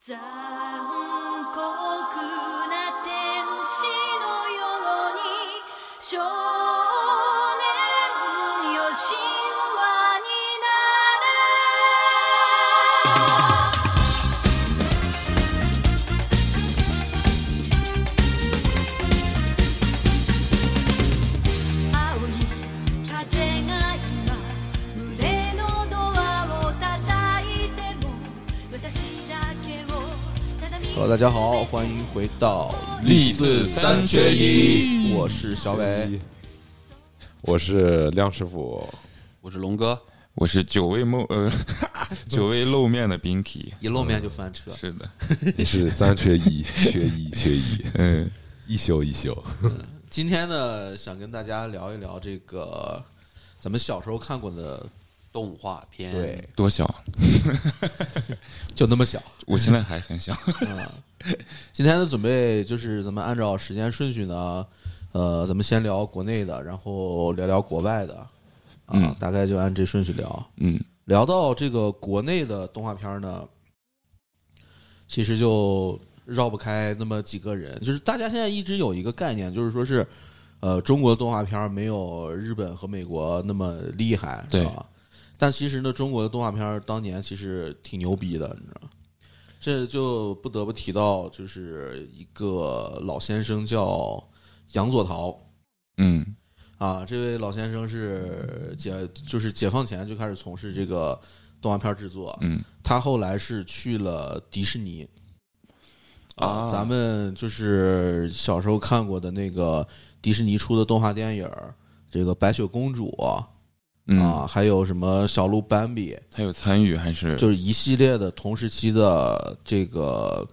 残酷な天使のように少年よ神話になれ「青い風が今」「群れのドアを叩いても」「私だけをただ見つめて」 Hello，大家好，欢迎回到立四三缺一，我是小伟。我是亮师傅，我是龙哥，我是久未梦呃 久未露面的 Binky，一露面就翻车，是的， 你是三 缺一，缺一缺一，嗯，一宿一宿。今天呢，想跟大家聊一聊这个咱们小时候看过的，动画片，对，，多小，就那么小。我现在还 很小，今天的准备就是咱们按照时间顺序呢，呃，咱们先聊国内的，然后聊聊国外的，啊，嗯大概就按这顺序聊。嗯，聊到这个国内的动画片儿呢，其实就绕不开那么几个人，就是大家现在一直有一个概念，就是说是，呃，中国的动画片儿没有日本和美国那么厉害，对啊。但其实呢，中国的动画片儿当年其实挺牛逼的，你知道。这就不得不提到，就是一个老先生叫杨佐桃，嗯啊，这位老先生是解，就是解放前就开始从事这个动画片制作。嗯，他后来是去了迪士尼啊咱们就是小时候看过的那个迪士尼出的动画电影儿，这个《白雪公主》嗯，啊，还有什么小鹿斑比，他有参与还是就是一系列的同时期的这个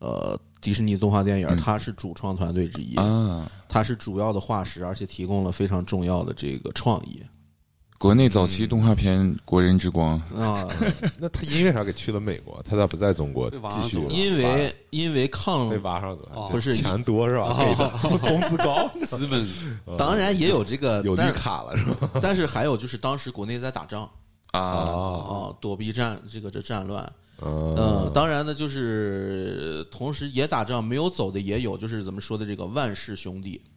呃迪士尼动画电影儿，嗯他是主创团队之一，啊？他是主要的化石，而且提供了非常重要的这个创意。国内早期动画片国人之光， 啊，那他因为啥给去了美国？他咋不在中国被挖继续走了？因为因为抗被挖上走了，不是钱多是吧？给的工资高，资本当然也有这个， 有绿 但是卡了是吧？但是还有就是当时国内在打仗啊，啊，啊，躲避战这个这战乱，嗯，嗯，当然呢就是同时也打仗，没有走的也有，就是咱们说的这个万氏兄弟，啊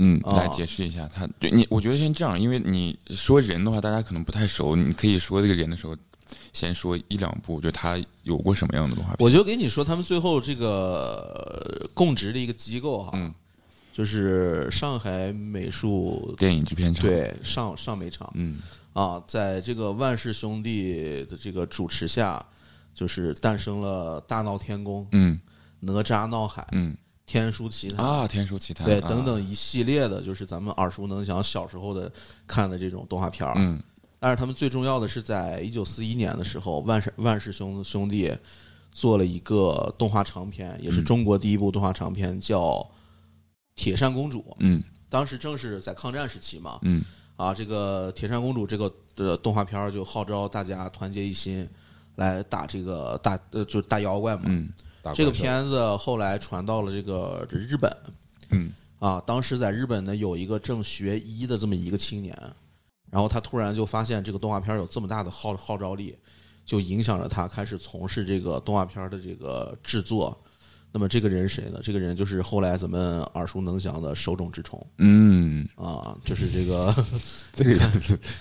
嗯，啊来解释一下他对你，我觉得先这样，因为你说人的话，大家可能不太熟，你可以说这个人的时候，先说一两部，就他有过什么样的动画片？我就给你说他们最后这个呃供职的一个机构哈，嗯就是上海美术电影制片厂，，对上上美厂嗯啊，在这个万氏兄弟的这个主持下，就是诞生了大闹天宫。嗯哪吒闹海、嗯天书奇谭、啊，天书奇谭，对啊等，等一系列的，就是咱们耳熟能详小时候的看的这种动画片儿。嗯但是他们最重要的是，在一九四一年的时候，万氏万氏兄兄弟做了一个动画长片，也是嗯中国第一部动画长片，叫《铁扇公主》。嗯当时正是在抗战时期嘛，嗯啊，这个《铁扇公主》这个呃动画片儿就号召大家团结一心来打这个大呃就是大妖怪嘛。嗯打这个官司片子后来传到了这个日本嗯啊，当时在日本呢有一个正学医的这么一个青年，然后他突然就发现这个动画片有这么大的号号召力，就影响了他开始从事这个动画片的这个制作。那么这个人谁呢？这个人就是后来咱们耳熟能详的手冢治虫嗯，啊，就是这个。。这个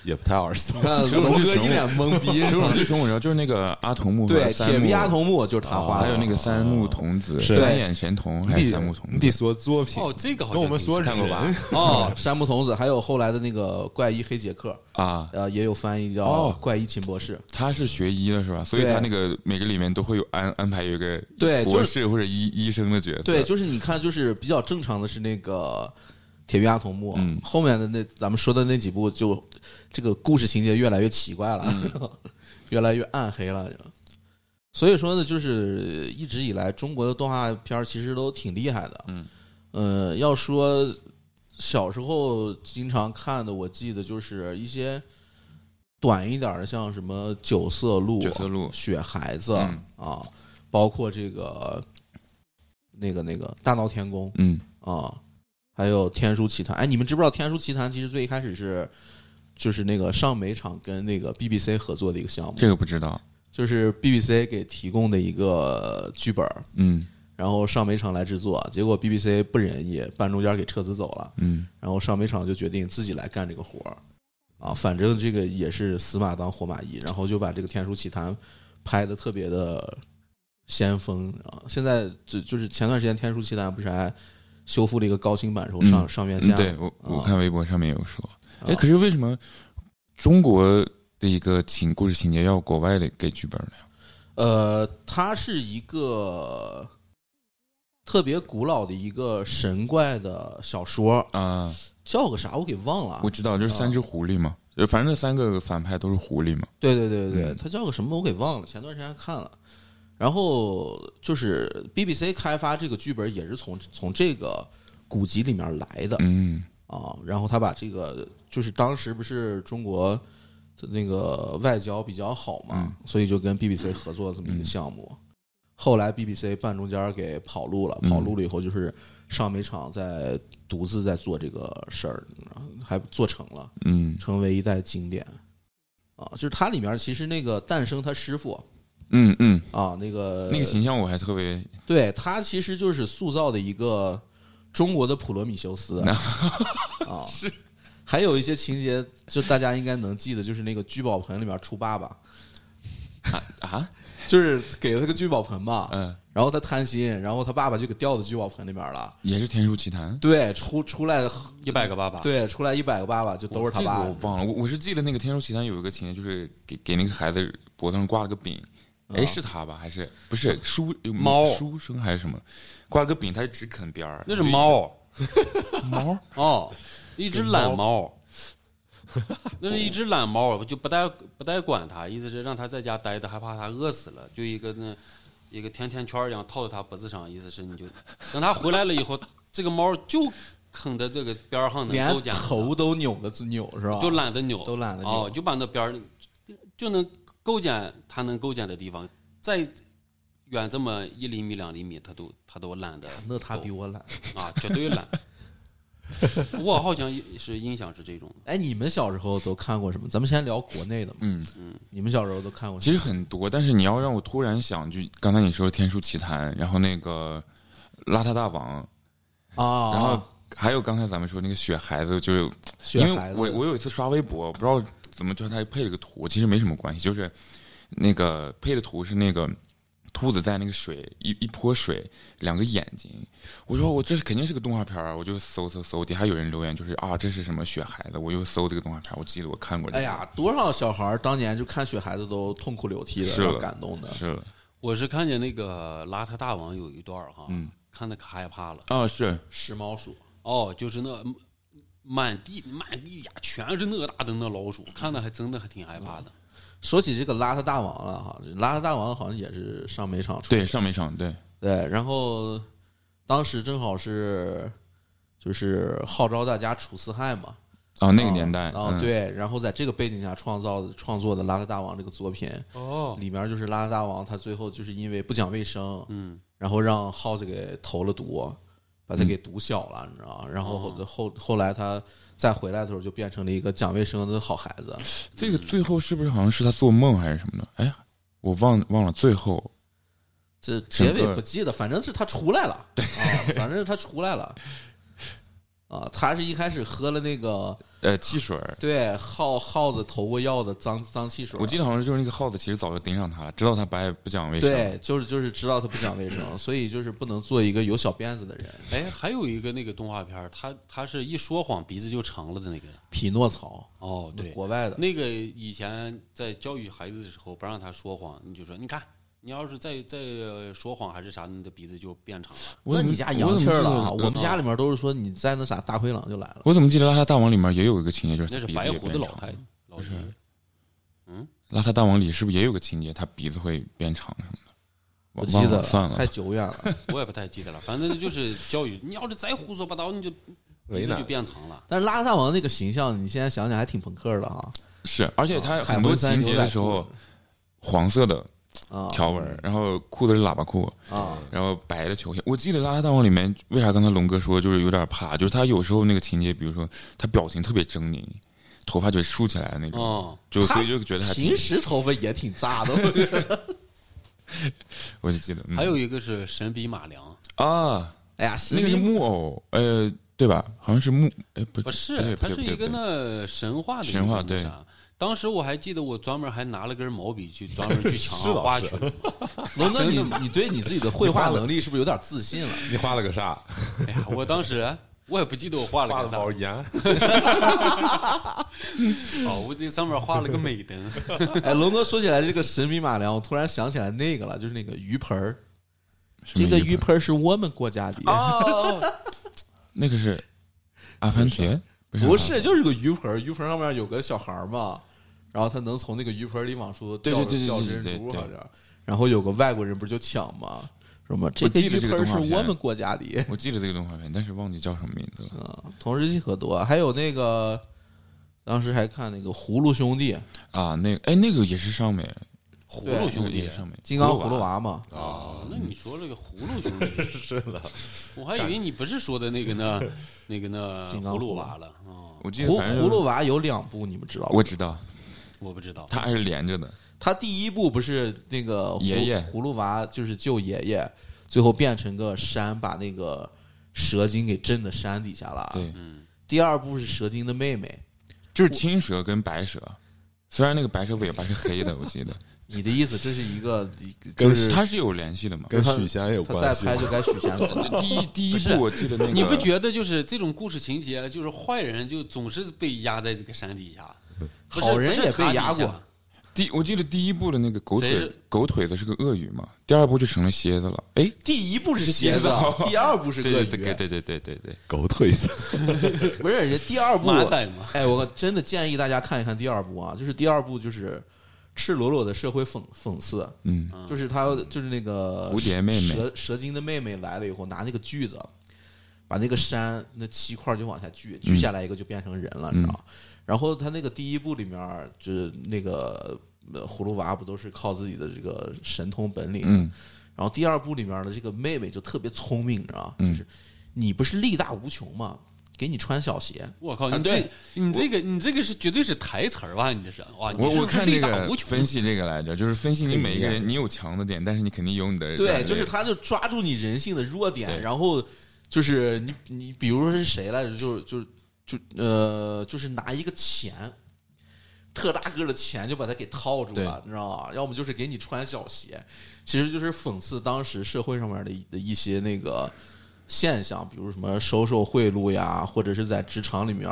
也不太耳 熟看龙哥一脸懵逼，手冢治虫，我知道，就是那个阿童木和对，三木啊铁臂阿童木就是他画的，还有那个三木童子、是三眼神童，还你是三木童你子得说作品哦，这个好像跟我们说挺看像过吧？哦， 山木童子，还有后来的那个怪医黑杰克，啊？呃，也有翻译叫哦怪医秦博士。他是学医的是吧？所以对他那个每个里面都会有安安排有一个对就是博士或者医医生的角色，对，就是你看，就是比较正常的是那个铁臂阿童木，嗯啊后面的那咱们说的那几部就这个故事情节越来越奇怪了，嗯 越来越暗黑了。所以说呢，就是一直以来中国的动画片儿其实都挺厉害的。嗯，呃，要说小时候经常看的，我记得就是一些短一点儿的，像什么《九色鹿》、角色路，雪孩子、嗯啊，包括这个那个那个大闹天宫嗯，啊，还有天书奇谭。哎，你们知不知道天书奇谭其实最一开始是就是那个上美厂跟那个 BBC 合作的一个项目这个不知道就是 BBC 给提供的一个剧本儿，嗯然后上美厂来制作，结果 BBC 不仁义，半中间给撤资走了，嗯然后上美厂就决定自己来干这个活儿，啊，反正这个也是死马当活马医，然后就把这个《天书奇谭》拍的特别的先锋啊。现在就就是前段时间《天书奇谭》不是还修复了一个高清版之后上、嗯上院嗯线，对我我啊看微博上面有说，啊哎，可是为什么中国的一个情故事情节要国外的给剧本呢？呃，它是一个特别古老的一个神怪的小说，啊，叫个啥我给忘了啊我。知道，就是三只狐狸嘛，呃反正那三个反派都是狐狸嘛。对对对对对，嗯它叫个什么我给忘了，前段时间还看了。然后就是 BBC 开发这个剧本也是从从这个古籍里面来的嗯啊，然后他把这个就是当时不是中国的那个外交比较好嘛，嗯所以就跟 BBC 合作这么一个项目。后来 BBC 半中间给跑路了，嗯跑路了以后就是上美厂在独自在做这个事儿，你知道吗还做成了。嗯成为一代经典啊！就是它里面其实那个诞生他师傅嗯嗯，啊，那个那个形象我还特别对他其实就是塑造的一个中国的普罗米修斯 啊，是。还有一些情节，就大家应该能记得，就是那个聚宝盆里面出爸爸，啊啊就是给了他个聚宝盆嘛，嗯，然后他贪心，然后他爸爸就给掉到聚宝盆里面了。也是《天书奇谭》。对，出出来一百个爸爸，，对出来一百个爸爸就都是他爸这个我忘了，我我是记得那个《天书奇谭》有一个情节，就是给给那个孩子脖子上挂了个饼，哎，是他吧？还是不是书猫书生还是什么？挂了个饼，他就只啃边儿，那是猫猫。 哦，一只懒猫，那是一只懒猫，就不带不带管它，意思是让它在家待着，害怕它饿死了，就一个那一个甜甜圈儿一样套在它脖子上，意思是你就等它回来了以后，这个猫就啃的这个边儿上能连够捡它头都扭的扭是吧？都懒得扭，都懒得扭哦，就把那边儿就能构建它能构建的地方，再远这么一厘米两厘米，它都它都懒得那他比我懒。啊，绝对懒。 我好像是印象是这种，哎，你们小时候都看过什么？咱们先聊国内的嘛。嗯，你们小时候都看过什其实很多，但是你要让我突然想，就刚才你说《天书奇谭》，然后那个《邋遢大王》，么啊？然后还有刚才咱们说那个雪孩子，就是雪因为孩子，我我有一次刷微博，不知道怎么就他配了个图，其实没什么关系，就是那个配的图是那个兔子在那个水一一泼水，两个眼睛，我说我这是肯定是个动画片儿，我就搜搜搜，底下有人留言就是啊这是什么雪孩子，我又搜这个动画片儿，我记得我看过这哎个，呀，多少小孩儿当年就看雪孩子都痛哭流涕的，是让了感动的。是了我是看见那个邋遢大王有一段儿哈，嗯看的可害怕了。啊是食猫鼠，哦，就是那嗯满地满地呀，全是那大的那老鼠，看的还真的还挺害怕的。说起这个邋遢大王了哈，这邋遢大王好像也是上美场出对上半场对对，然后当时正好是就是号召大家除四害嘛，啊那个年代然后嗯哦对，然后在这个背景下创造的创作的邋遢大王这个作品，哦，里面就是邋遢大王，他最后就是因为不讲卫生，嗯，然后让耗子给投了毒，把他给毒小了，你知道吗？然后哦后后后来他再回来的时候，就变成了一个讲卫生的好孩子。这个最后是不是好像是他做梦还是什么的？哎呀，我忘忘了最后这结整尾个不记得，反正是他出来了，对，啊、反正是他出来了。啊，他是一开始喝了那个呃汽水儿。对耗耗子投过药的脏脏汽水，我记得好像就是那个耗子，其实早就盯上他了，知道他不爱不讲卫生。对，就是就是知道他不讲卫生，所以就是不能做一个有小辫子的人。哎，还有一个那个动画片儿，他他是一说谎鼻子就长了的那个。匹诺曹，哦，对，国外的，那个以前在教育孩子的时候，不让他说谎，你就说你看，你要是再再呃说谎还是啥，你的鼻子就变长了。我那怎么你家洋气儿了啊！我怎我么记得们家里面都是说你在那啥大灰狼就来了。我怎么记得《邋遢大王》里面也有一个情节，就是他那是鼻子白也胡子变老长太老是啊太太。邋遢大王》里是不是也有个情节，他鼻子会变长什么的？我不忘记得了算了太。久远 了。我也不太记得了，反正就是教育，你要是再胡说八道，你就为鼻子难就变长了。但是邋遢大王那个形象，你现在想想还挺朋克的哈。是，而且他海很多魂三情节牛仔的时候，黄色的裤啊条纹儿，然后裤子是喇叭裤，啊，然后白的球鞋。我记得《邋遢大王》里面，为啥刚才龙哥说就是有点怕，就是他有时候那个情节，比如说他表情特别狰狞，头发就竖起来的那种，哦就所以就觉得还挺平时头发也挺炸的，我觉 得我就记得、嗯还有一个是神笔马良，啊，哎呀，实那个是力木偶，呃，对吧？好像是木，哎，不不不是，对它不是对一不个对，那神话的一个神话那个对啥。当时我还记得，我专门还拿了根毛 笔去专门去墙上画去了。龙哥，你你对你自己的绘画能力是不是有点自信了？你画了个啥？哎呀，我当时我也不记得我画了画个的啥，毛烟，哦，我这上面画了个美 灯。哎，龙哥说起来这个神笔马良，我突然想起来那个了，就是那个鱼盆儿。什么啊这个鱼啊鱼盆儿是我们国家的，那个是阿凡提，不是不阿凡是就是个鱼盆儿，鱼盆儿上面有个小孩儿嘛，然后他能从那个鱼盆儿里往出掉对对对掉对对珍对珠，对好像。然后有个外国人不是就抢嘛，什么这我个记得鱼这盆个儿动画是片我们国家的，我记得这个动画片，但是忘记叫什么名字了。嗯，同时期可多，还有那个当时还看那个《葫芦兄弟》《啊，那个哎，那个也是上美，葫芦兄那个也弟是上美，金刚葫芦娃》嘛，哦啊，那你说了个葫芦兄 弟是的，我还以为你不是说的那个呢，那个呢金刚葫芦葫芦娃了啊，我记得葫反正葫芦娃有两部，你们知道吗我？知道，我不知道。它还是连着的。他第一部不是那个葫爷爷葫芦娃就是救爷爷，最后变成个山，把那个蛇精给震到山底下啊了。对，嗯第二部是蛇精的妹妹。就是青蛇跟白蛇，虽然那个白蛇尾巴是黑的，我记 得，你的意思这是一个，跟就是它是有联系的嘛。跟许仙有他再关系吗拍。就该许仙了。第 一第不一是部我记得那个，你不觉得就是这种故事情节，就是坏人就总是被压在这个山底下，嗯不是好人不是也被塔底压过下第我记得第一部的那个狗谁腿是狗腿子是个鳄鱼嘛，第二部就成了蝎子了。哎，第一部是蝎子是蝎子，第二部是鳄对对鱼，对对对对对对，狗腿子，不是人家第二部马仔嘛哎，我真的建议大家看一看第二部啊，就是第二部就是赤裸裸的社会讽讽刺，嗯，就是他就是那个蝴蝶妹妹蛇蛇精的妹妹来了以后，拿那个锯子把那个山那七块就往下锯，嗯锯下来一个就变成人了，你知道吗？然后他那个第一部里面就是那个呃葫芦娃不都是靠自己的这个神通本领，嗯然后第二部里面的这个妹妹就特别聪明，你知道吗？嗯就是你不是力大无穷嘛，给你穿小鞋。我靠，啊你对这你这个你这个是绝对是台词儿吧？你这是哇，你我是不我是看力这大个无穷分析这个来着，就是分析你每一个人，你有强的点，但是你肯定有你的软对，肋就是他就抓住你人性的弱点，对然后就是你你比如说是谁来着？就是就就呃，就是拿一个钱，特大个的钱就把他给套住了，你知道吗？要么就是给你穿小鞋，其实就是讽刺当时社会上面的一的一些那个现象，比如什么收受贿赂呀，或者是在职场里面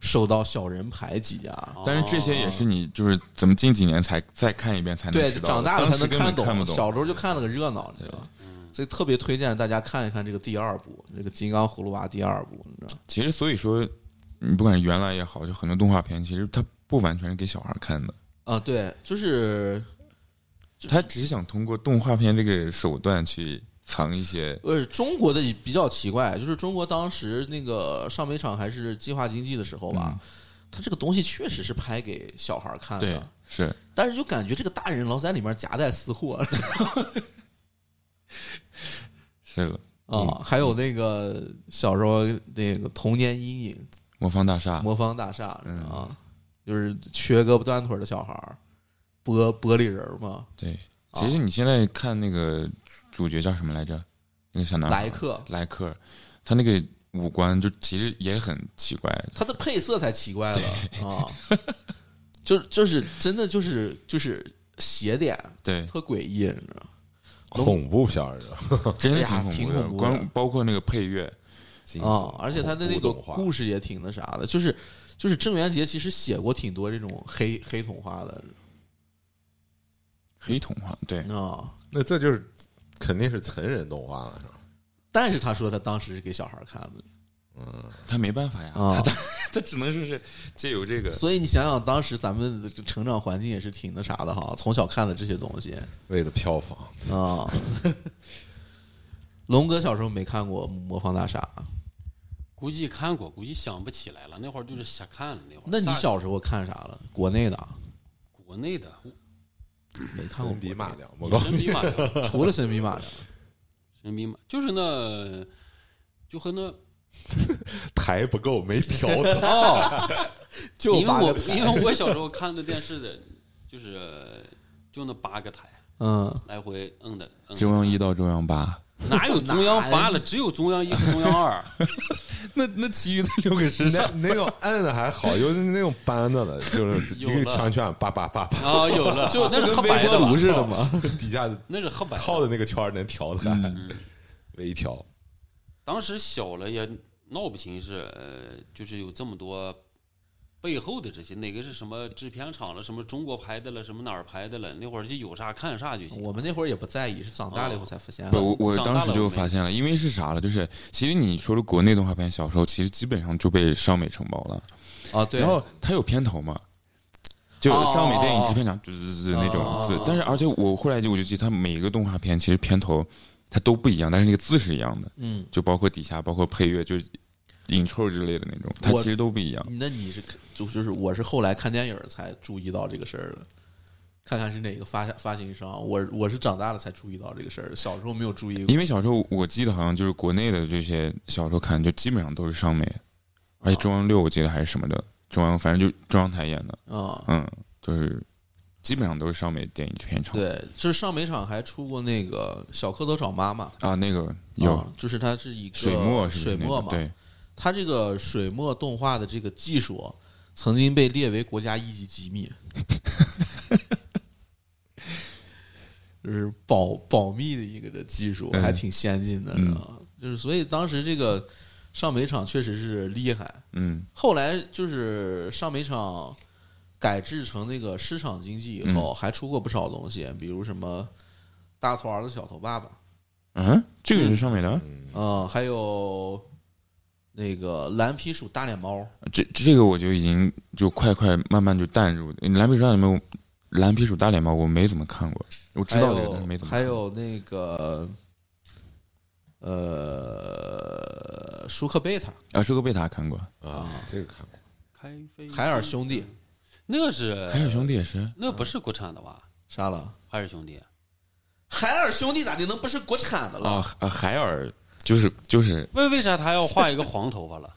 受到小人排挤呀。啊但是这些也是你就是怎么近几年才再看一遍才能对，知道的长大了才能当时根本懂。看不小时候就看了个热闹，你知道吗。所以特别推荐大家看一看这个第二部，这个《金刚葫芦娃》第二部，你知道吗？其实所以说，你不管是原来也好，就很多动画片，其实它不完全是给小孩看的，啊，对，就是他只是想通过动画片这个手段去藏一些。呃，中国的比较奇怪，就是中国当时那个上美场还是计划经济的时候吧，它这个东西确实是拍给小孩儿看对的，，是但是就感觉这个大人老在里面夹带私货是了，啊，还有那个小时候那个童年阴影，魔方大厦，魔方大厦啊，就是缺胳膊断腿儿的小孩儿，玻玻璃人儿嘛，对，其实你现在看那个主角叫什么来着？那个小男孩莱克，莱克，他那个五官就其实也很奇怪，他的配色才奇怪了啊，就就是真的就是就是邪点，对，特诡异，你知道吗？恐怖片儿啊，真哎的呀挺恐挺的，恐怖的光包括那个配乐，惊啊悚，而且他的那个恐怖动画故事也挺那啥的，就是就是郑渊洁其实写过挺多这种黑黑童话的黑童话，对，啊，那这就是肯定是成人动画了，是吧？但是他说他当时是给小孩儿看的嗯他没办法呀，啊， 他只能说是借由这个，所以你想想当时咱们的成长环境也是挺那啥的哈，从小看的这些东西为了票房，啊。 龙哥小时候没看过《魔方大厦》，估计看过，估计想不起来了。那会儿就是瞎看了，那会儿。那你啥小时候看啥了？国内的啊国内的没看过真比国内马的，良， 我告诉神你，笔马良，除了《神笔马良》 神笔马就是那，就和那。台不够，没调整哦，就因为八个我 因为我小时候看的电视的，就是就那八个台嗯，来回摁的，摁的中央一到中央八， 哪有中央八了？只有中央一和中央 二。那那其余的六个是那那种摁的还好，就是那种扳的了，就是一有个了圈圈叭叭叭叭，啊，有了，就那是黑白的吧？似的嘛。底下那是黑白的。套的那个圈儿能调的还微调。当时小了也闹不清是，呃，就是有这么多背后的这些，哪个是什么制片厂了，什么中国拍的了，什么哪儿拍的了，那会儿就有啥看啥就行。我们那会儿也不在意，是长大了以后才发现的。我我长大了当时就我没发现嗯了，因为是啥了？就是其实你说的国内动画片，小时候其实基本上就被尚美承包了，啊，对然，后它有片头嘛，就哦尚美电影制片厂，就是就是那哦种哦字哦。但是而且我后来就我就记得，它每一个动画片其实片头它都不一样，但是那个字是一样的，嗯，就包括底下，包括配乐，就是 intro 之类的那种，它我其实都不一样。那你是就就是我是后来看电影才注意到这个事儿的，看看是哪个发发行商。我我是长大了才注意到这个事儿的，小时候没有注意过。因为小时候我记得好像就是国内的这些小时候看，就基本上都是尚美，而哎且中央六我记得还是什么的，中央反正就中央台演的，啊、嗯，就是基本上都是尚美电影制片厂。对，就是上美场还出过那个《小蝌蚪找妈妈》啊，那个有、啊就是它是一个水墨是不水是那个墨嘛，对，它这个水墨动画的这个技术曾经被列为国家一级机密，就是保保密的一个的技术，嗯还挺先进的，嗯知道吗就是所以当时这个上美厂确实是厉害，嗯后来就是上美厂改制成那个市场经嗯济以后，还出过不少东西，比如什么大头儿子小头爸爸，嗯，这个也是尚美的，嗯，还有那个蓝皮鼠大脸猫。这这个我就已经就快快慢慢就淡入蓝皮鼠大脸猫，我蓝皮鼠大脸猫我没怎么看过，我知道这个但是没怎么看还有那个呃，舒克贝塔啊，舒克贝塔看过，啊，这个看过，开飞嗯海尔兄弟，那个是海尔兄弟也是，那不是国产的吧？啥了？海尔兄弟，海尔兄弟咋就能不是国产的了？啊啊，海尔就是就是为为啥他要画一个黄头发 了？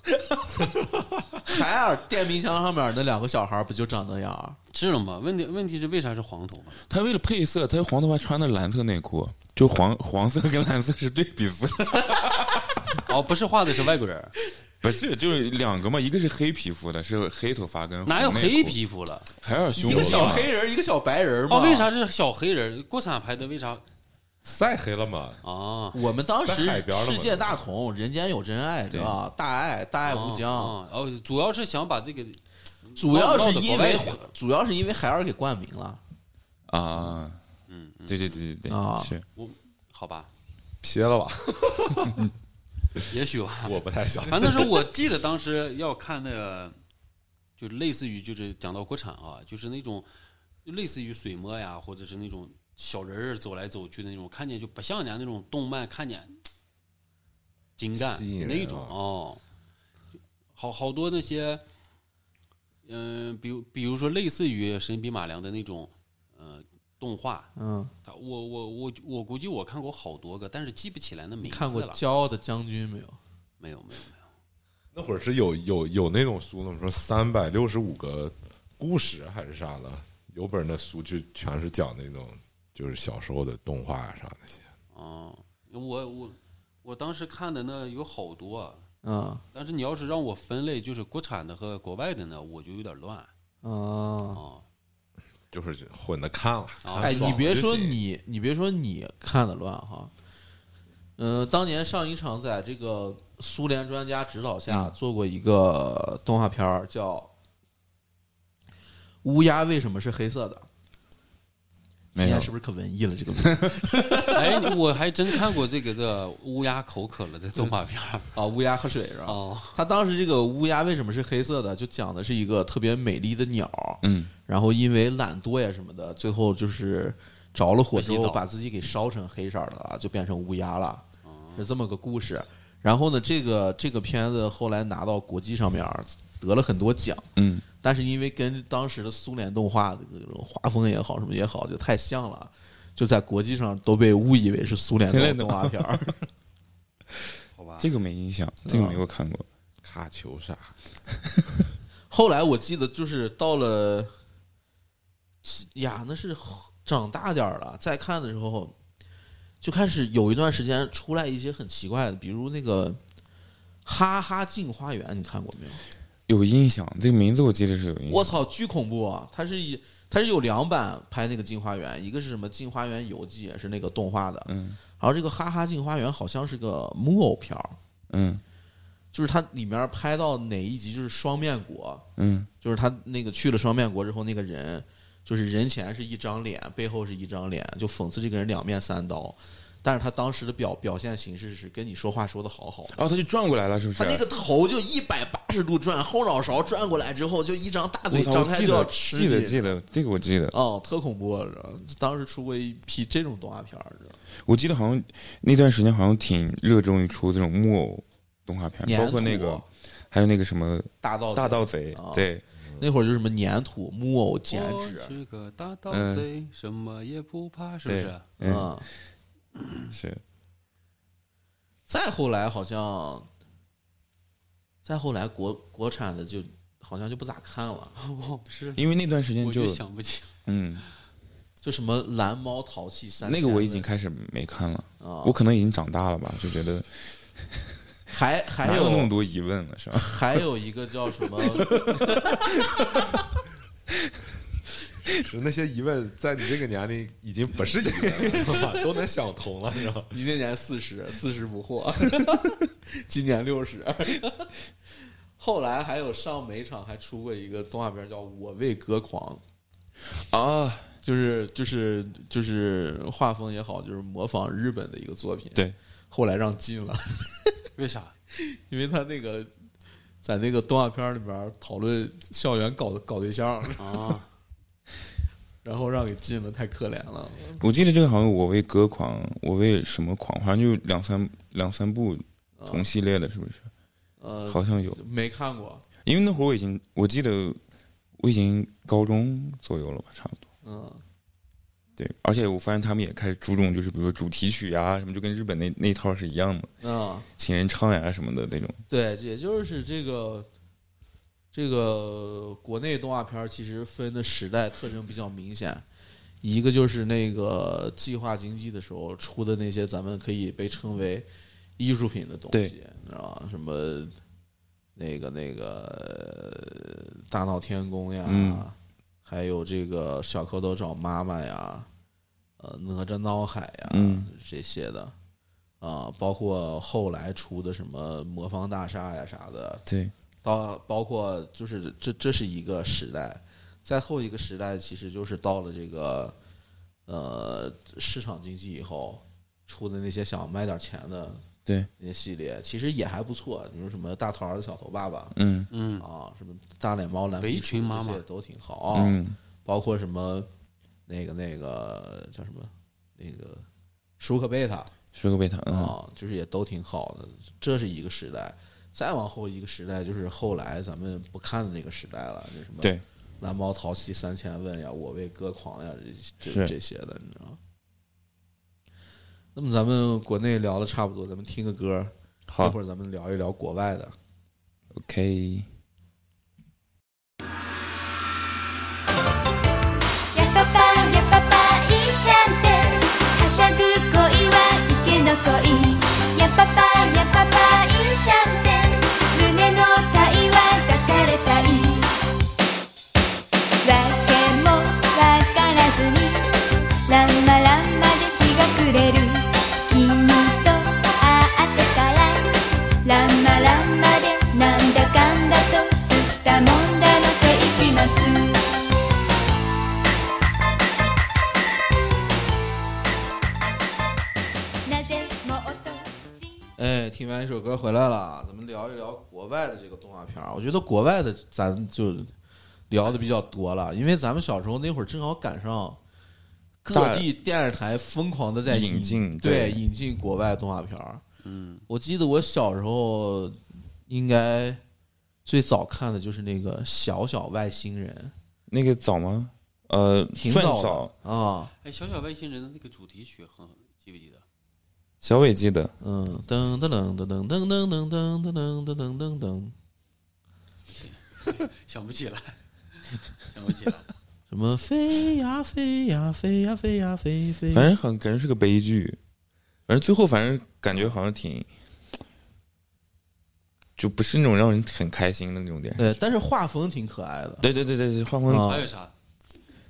海尔电冰箱上面那两个小孩不就长那样儿？是了吗？问题问题是为啥是黄头发？他为了配色，他黄头发穿的蓝色内裤，就黄黄色跟蓝色是对比色， 哦，不是画的是外国 人，不是就是两个嘛，一个是黑皮肤的，是黑头发跟哪有红内裤黑？皮肤了？海尔兄一弟个嘛小黑人，一个小白人嘛。哦，为？啥是小黑人？国产拍的为啥晒黑了嘛？啊？我们当时在海边了嘛世界大同，人间有真爱，知道吧大爱，大爱无疆。嗯哦，哦哦主要是想把这个主要是闹得因国外为去了主要是因为海尔给冠名了。啊？嗯，对对对对对，啊是我好吧， 撇了吧，也许吧。我不太想。反正是我记得当时要看那个，就是类似于就是讲到国产啊，就是那种类似于水墨呀，或者是那种小人儿走来走去的那种，看见就不像人家那种动漫，看见精干吸引人那种啊哦，好好多那些，嗯、比如比如说类似于《神笔马良》的那种，呃，动画，嗯，他我我我我估计我看过好多个，但是记不起来那你名字了。看过《骄傲的将军》没有？没有没有没有，那会儿是有有有那种书呢，说三百六十五个故事还是啥的，有本那书就全是讲那种就是小时候的动画啊啥那些。哦、我我我当时看的那有好多，嗯但是你要是让我分类，就是国产的和国外的呢，我就有点乱啊、嗯。哦就是混着看了，啊哎，看爽你别就说行你，你别说你看的乱哈。嗯、当年上一场在这个苏联专家指导嗯下做过一个动画片儿，叫《乌鸦为什么是黑色的》。今没有天是不是可文艺了？这个 名字哎，我还真看过这个这乌鸦口渴了的动画片儿啊，乌鸦喝水是吧？哦，他当时这个乌鸦为什么是黑色的，就讲的是一个特别美丽的鸟，嗯，然后因为懒惰呀什么的，最后就是着了火之不洗后澡把自己给烧成黑色儿的了，就变成乌鸦了，是这么个故事。然后呢，这个这个片子后来拿到国际上面儿得了很多奖，嗯，但是因为跟当时的苏联动画的这种画风也好什么也好，就太像了，就在国际上都被误以为是苏联 苏联的动画片儿。好吧，这个没印象，这个没有看过。卡球啥？后来我记得就是到了，呀，那是后长大点儿了，再看的时候，就开始有一段时间出来一些很奇怪的，比如那个《哈哈镜花园》，你看过没有？有印象，这个名字我记得是有印象。我操，巨恐怖啊！它是一，它是有两版拍那个《镜花园》，一个是什么《镜花园游记》，也是那个动画的，嗯然后这个《哈哈镜花园》好像是个木偶片儿，嗯就是它里面拍到哪一集就是双面国，嗯就是他那个去了双面国之后，那个人就是人前是一张脸，背后是一张脸，就讽刺这个人两面三刀。但是他当时的表表现形式是跟你说话说的好好的，哦，他就转过来了，是不是？他那个头就一百八十度转，后脑勺转过来之后，就一张大嘴我操张我开记就要得吃记得你。记得，这个我记得。哦，特恐怖！当时出过一批这种动画片儿，我记得好像那段时间好像挺热衷于出这种木偶动画片，粘包括那土个还有那个什么大盗大盗贼啊，对，那会儿就是什么粘土、木偶、剪我纸，哦是个大盗嗯贼，什么也不怕，是不对是？嗯，嗯，是再后来好像，再后来国国产的就好像就不咋看了， 我不是，因为那段时间我就就想不起。嗯，就什么蓝猫淘气三千那问，个我已经开始没看了，啊，我可能已经长大了吧，就觉得还还哪有那么有多疑问了，是吧？ 还有一个叫什么？ 那些疑问在你这个年龄已经不是疑 问了，是吧都能想通了，是吧？你那年四十，四十不惑， 今年六十。 后来还有上美厂还出过一个动画片叫《我为歌狂》，啊，就是就是就是画风也好，就是模仿日本的一个作品。对，后来让禁了。为啥？因为他那个在那个动画片里边讨论校园搞搞对象，啊， 然后让给禁了，太可怜了。我记得这个好像我为歌狂，我为什么狂，好像就两三两三部同系列的，是不是？呃，好像有，没看过，因为那会儿我已经，我记得我已经高中左右了吧，差不多。嗯，对，而且我发现他们也开始注重，就是比如说主题曲啊什么，就跟日本那那一套是一样的，啊，请人唱呀什么的那种。对，也就是这个这个国内动画片其实分的时代特征比较明显。一个就是那个计划经济的时候出的那些咱们可以被称为艺术品的东对西，你知道吧？什么那个那个呃大闹天宫呀，嗯还有这个小蝌蚪找妈妈呀，呃哪吒闹海呀、嗯这些的啊、包括后来出的什么魔方大厦呀啥的，对，到包括就是这这是一个时代，再后一个时代其实就是到了这个呃市场经济以后出的那些想卖点钱的对那些系列，其实也还不错，比如什么大头儿子小头爸爸嗯嗯，啊，什么大脸猫蓝皮围裙鼠妈妈这些都挺好啊，嗯，包括什么那个那个叫什么那个舒克贝塔，舒克贝塔，嗯，啊，就是也都挺好的。这是一个时代，再往后一个时代就是后来咱们不看的那个时代了，就什么对，蓝猫淘气三千问呀，我为歌狂呀，这这是这些的，你知道。那么咱们国内聊的差不多，咱们听个歌，一好会儿咱们聊一聊国外的。 ，OK，やパパやパパいいシャンテはしゃぐ恋は池の恋やパパやパパいいシャンテ胸の体は抱かれたいわけもわからずにランマランマで日が暮れる君と会ってからランマランマでなんだかんだと吸ったもんだの世紀末なぜもっと小哎，听完一首歌回来了，咱们聊一聊国外的这个动画片儿。我觉得国外的咱就聊的比较多了，因为咱们小时候那会儿正好赶上各在地电视台疯狂的在引进对对引进国外动画片儿。嗯，我记得我小时候应该最早看的就是那个《小小外星人那个早吗？呃，》，挺算早早，的啊。哎，小小外星人的那个主题曲很记不记得？小伟记得，嗯，噔噔噔噔噔噔噔噔噔噔噔噔噔噔，想不起来，想不起来。什么飞呀飞呀飞呀飞呀飞飞，反正很感觉是个悲剧，反正最后反正感觉好像挺，就不是那种让人很开心的那种电视。对，但是画风挺可爱的，对对对对对，画风、啊还有啥？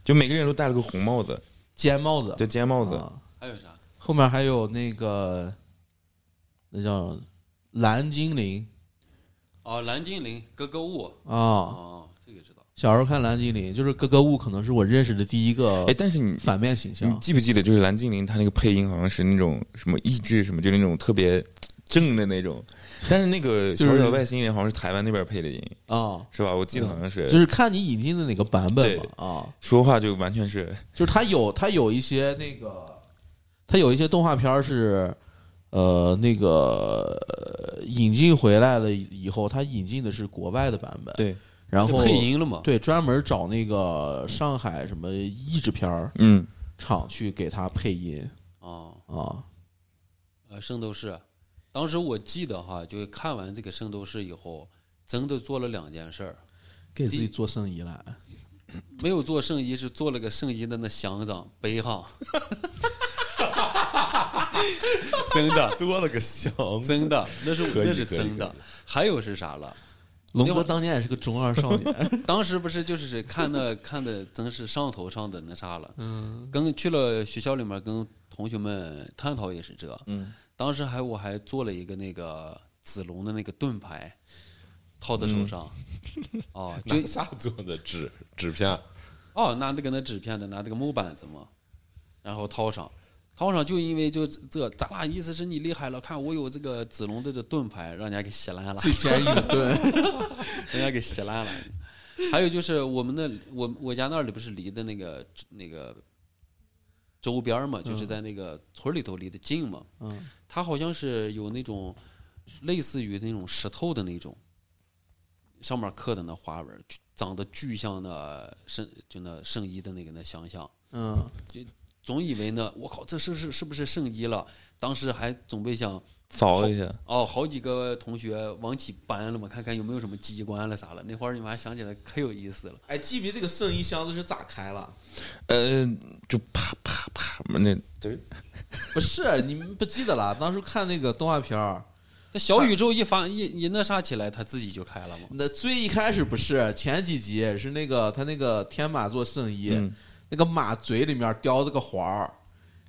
就每个人都戴了个红帽子，尖帽子，就尖帽子，啊还有啥？后面还有那个那叫蓝精灵哦，蓝精灵格格巫。啊，哦，这个知道。小时候看蓝精灵，就是哥哥物可能是我认识的第一个哎，但是你反面形你象，记不记得，就是蓝精灵它那个配音好像是那种什么意志什么，就那种特别正的那种，但是那个就小是小外星人好像是台湾那边配的音，啊，是吧？我记得好像是，就是看你引进的哪个版本嘛对啊，说话就完全是就是它有它有一些那个，它有一些动画片儿是，呃，那个呃引进回来了以后，它引进的是国外的版本，对，然后配音了嘛？对专门找那个上海什么译制片儿嗯，厂去给它配音哦，啊，呃，圣斗士，当时我记得哈，就是看完这个圣斗士以后，真的做了两件事儿，给自己做生意来。没有做圣衣，是做了个圣衣的那箱长背上， 真的，做了个香，真的，那是可以那是可以可以真的。还有是啥了？龙哥当年也是个中二少 年，当时不是就是看 的看的真是上头上的那啥了，嗯，跟去了学校里面跟同学们探讨也是这，嗯，当时还我还做了一个那个子龙的那个盾牌，套在手上，哦， 就拿啥做的纸纸片？哦，拿那个那纸片的，拿这个木板子嘛，然后套上，套上就因为就这，咱俩意思是你厉害了，看我有这个子龙的这盾牌，让人家给稀烂了，最坚毅的盾，人家给稀烂了。还有就是我们那我我家那里不是离的那个那个周边儿嘛，就是在那个村儿里头离得近嘛， 嗯，它好像是有那种类似于那种石头的那种，上面刻的那花纹儿，就长得巨像那圣就那圣衣的那个那想象。嗯，总以为呢，我靠，这是是是不是圣衣了？当时还准备想，扫一下，哦，好几个同学往起搬了嘛，看看有没有什么机关了啥了。那会儿你们还想起来可有意思了，哎，记不记得这个圣衣箱子是咋开了？ 呃，就啪啪啪那不是，你们不记得了？当时看那个动画片儿，那小宇宙一发一一那啥起来，它自己就开了嘛。那最一开始不是前几集是那个他那个天马座圣衣，嗯那个马嘴里面叼着个环儿，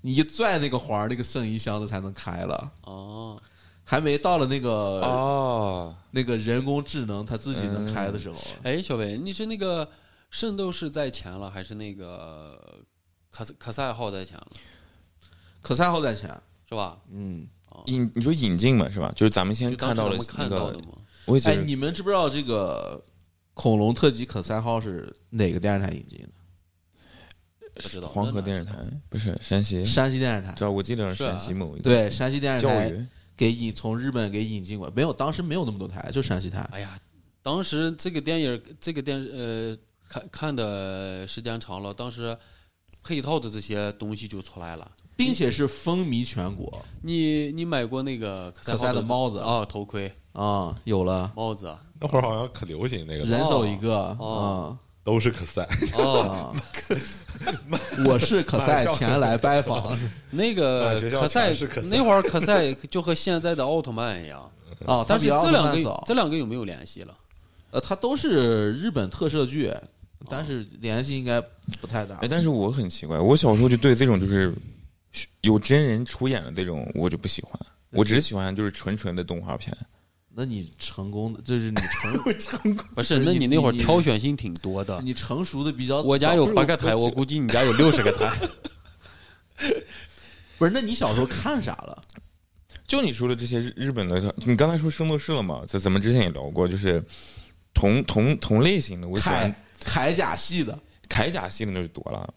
你一拽那个环儿，那个圣衣箱子才能开了。哦，还没到了那个、哦，那个人工智能它自己能开的时候，哎，小伟，你是那个圣斗士在前了，还是那个卡斯卡赛号在前了？可赛后在前，是吧？嗯，引你说引进嘛是吧？就是咱们先就当看时到咱了们那看到的个，嘛。我也觉哎，得你们知不知道这个恐龙特辑可赛号是哪个电视台引进的？不知道黄河电视台不是山西，山西电视台知。道我记得是是啊山西某一个对，山西电视教台育，给引从日本给引进过，没有，当时没有那么多台，就山西台。哎呀，当时这个电影，这个电视呃，看看的时间长了，当时配套的这些东西就出来了。并且是风靡全国你你买过那个可可赛的帽子啊、头盔、啊、有了，帽子，那会儿好像可流行那个，人手一个啊、哦都是可 赛。 哦，啊！嗯我是可赛前来拜访那个那学校可赛全是可赛那会儿可赛就和现在的奥特曼一样，啊，但是这两个早这，两个有没有联系了？呃，它都是日本特摄剧，但是联系应该不太大哎，。哦但是我很奇怪，我小时候就对这种就是有真人出演的这种，我就不喜欢。我只喜欢就是纯纯的动画片，那你成功的，就是你 成不是，不是那你你那会儿你挑选性挺多的。你成熟的比较早。我家有八个台，不是我我估计你家有六十个台。不是？那你小时候看啥了？就你说的这些日日本的，你刚才说圣斗士了嘛？这咱们之前也聊过，就是同同同类型的，我喜欢铠铠甲系的，铠甲系的那就多了，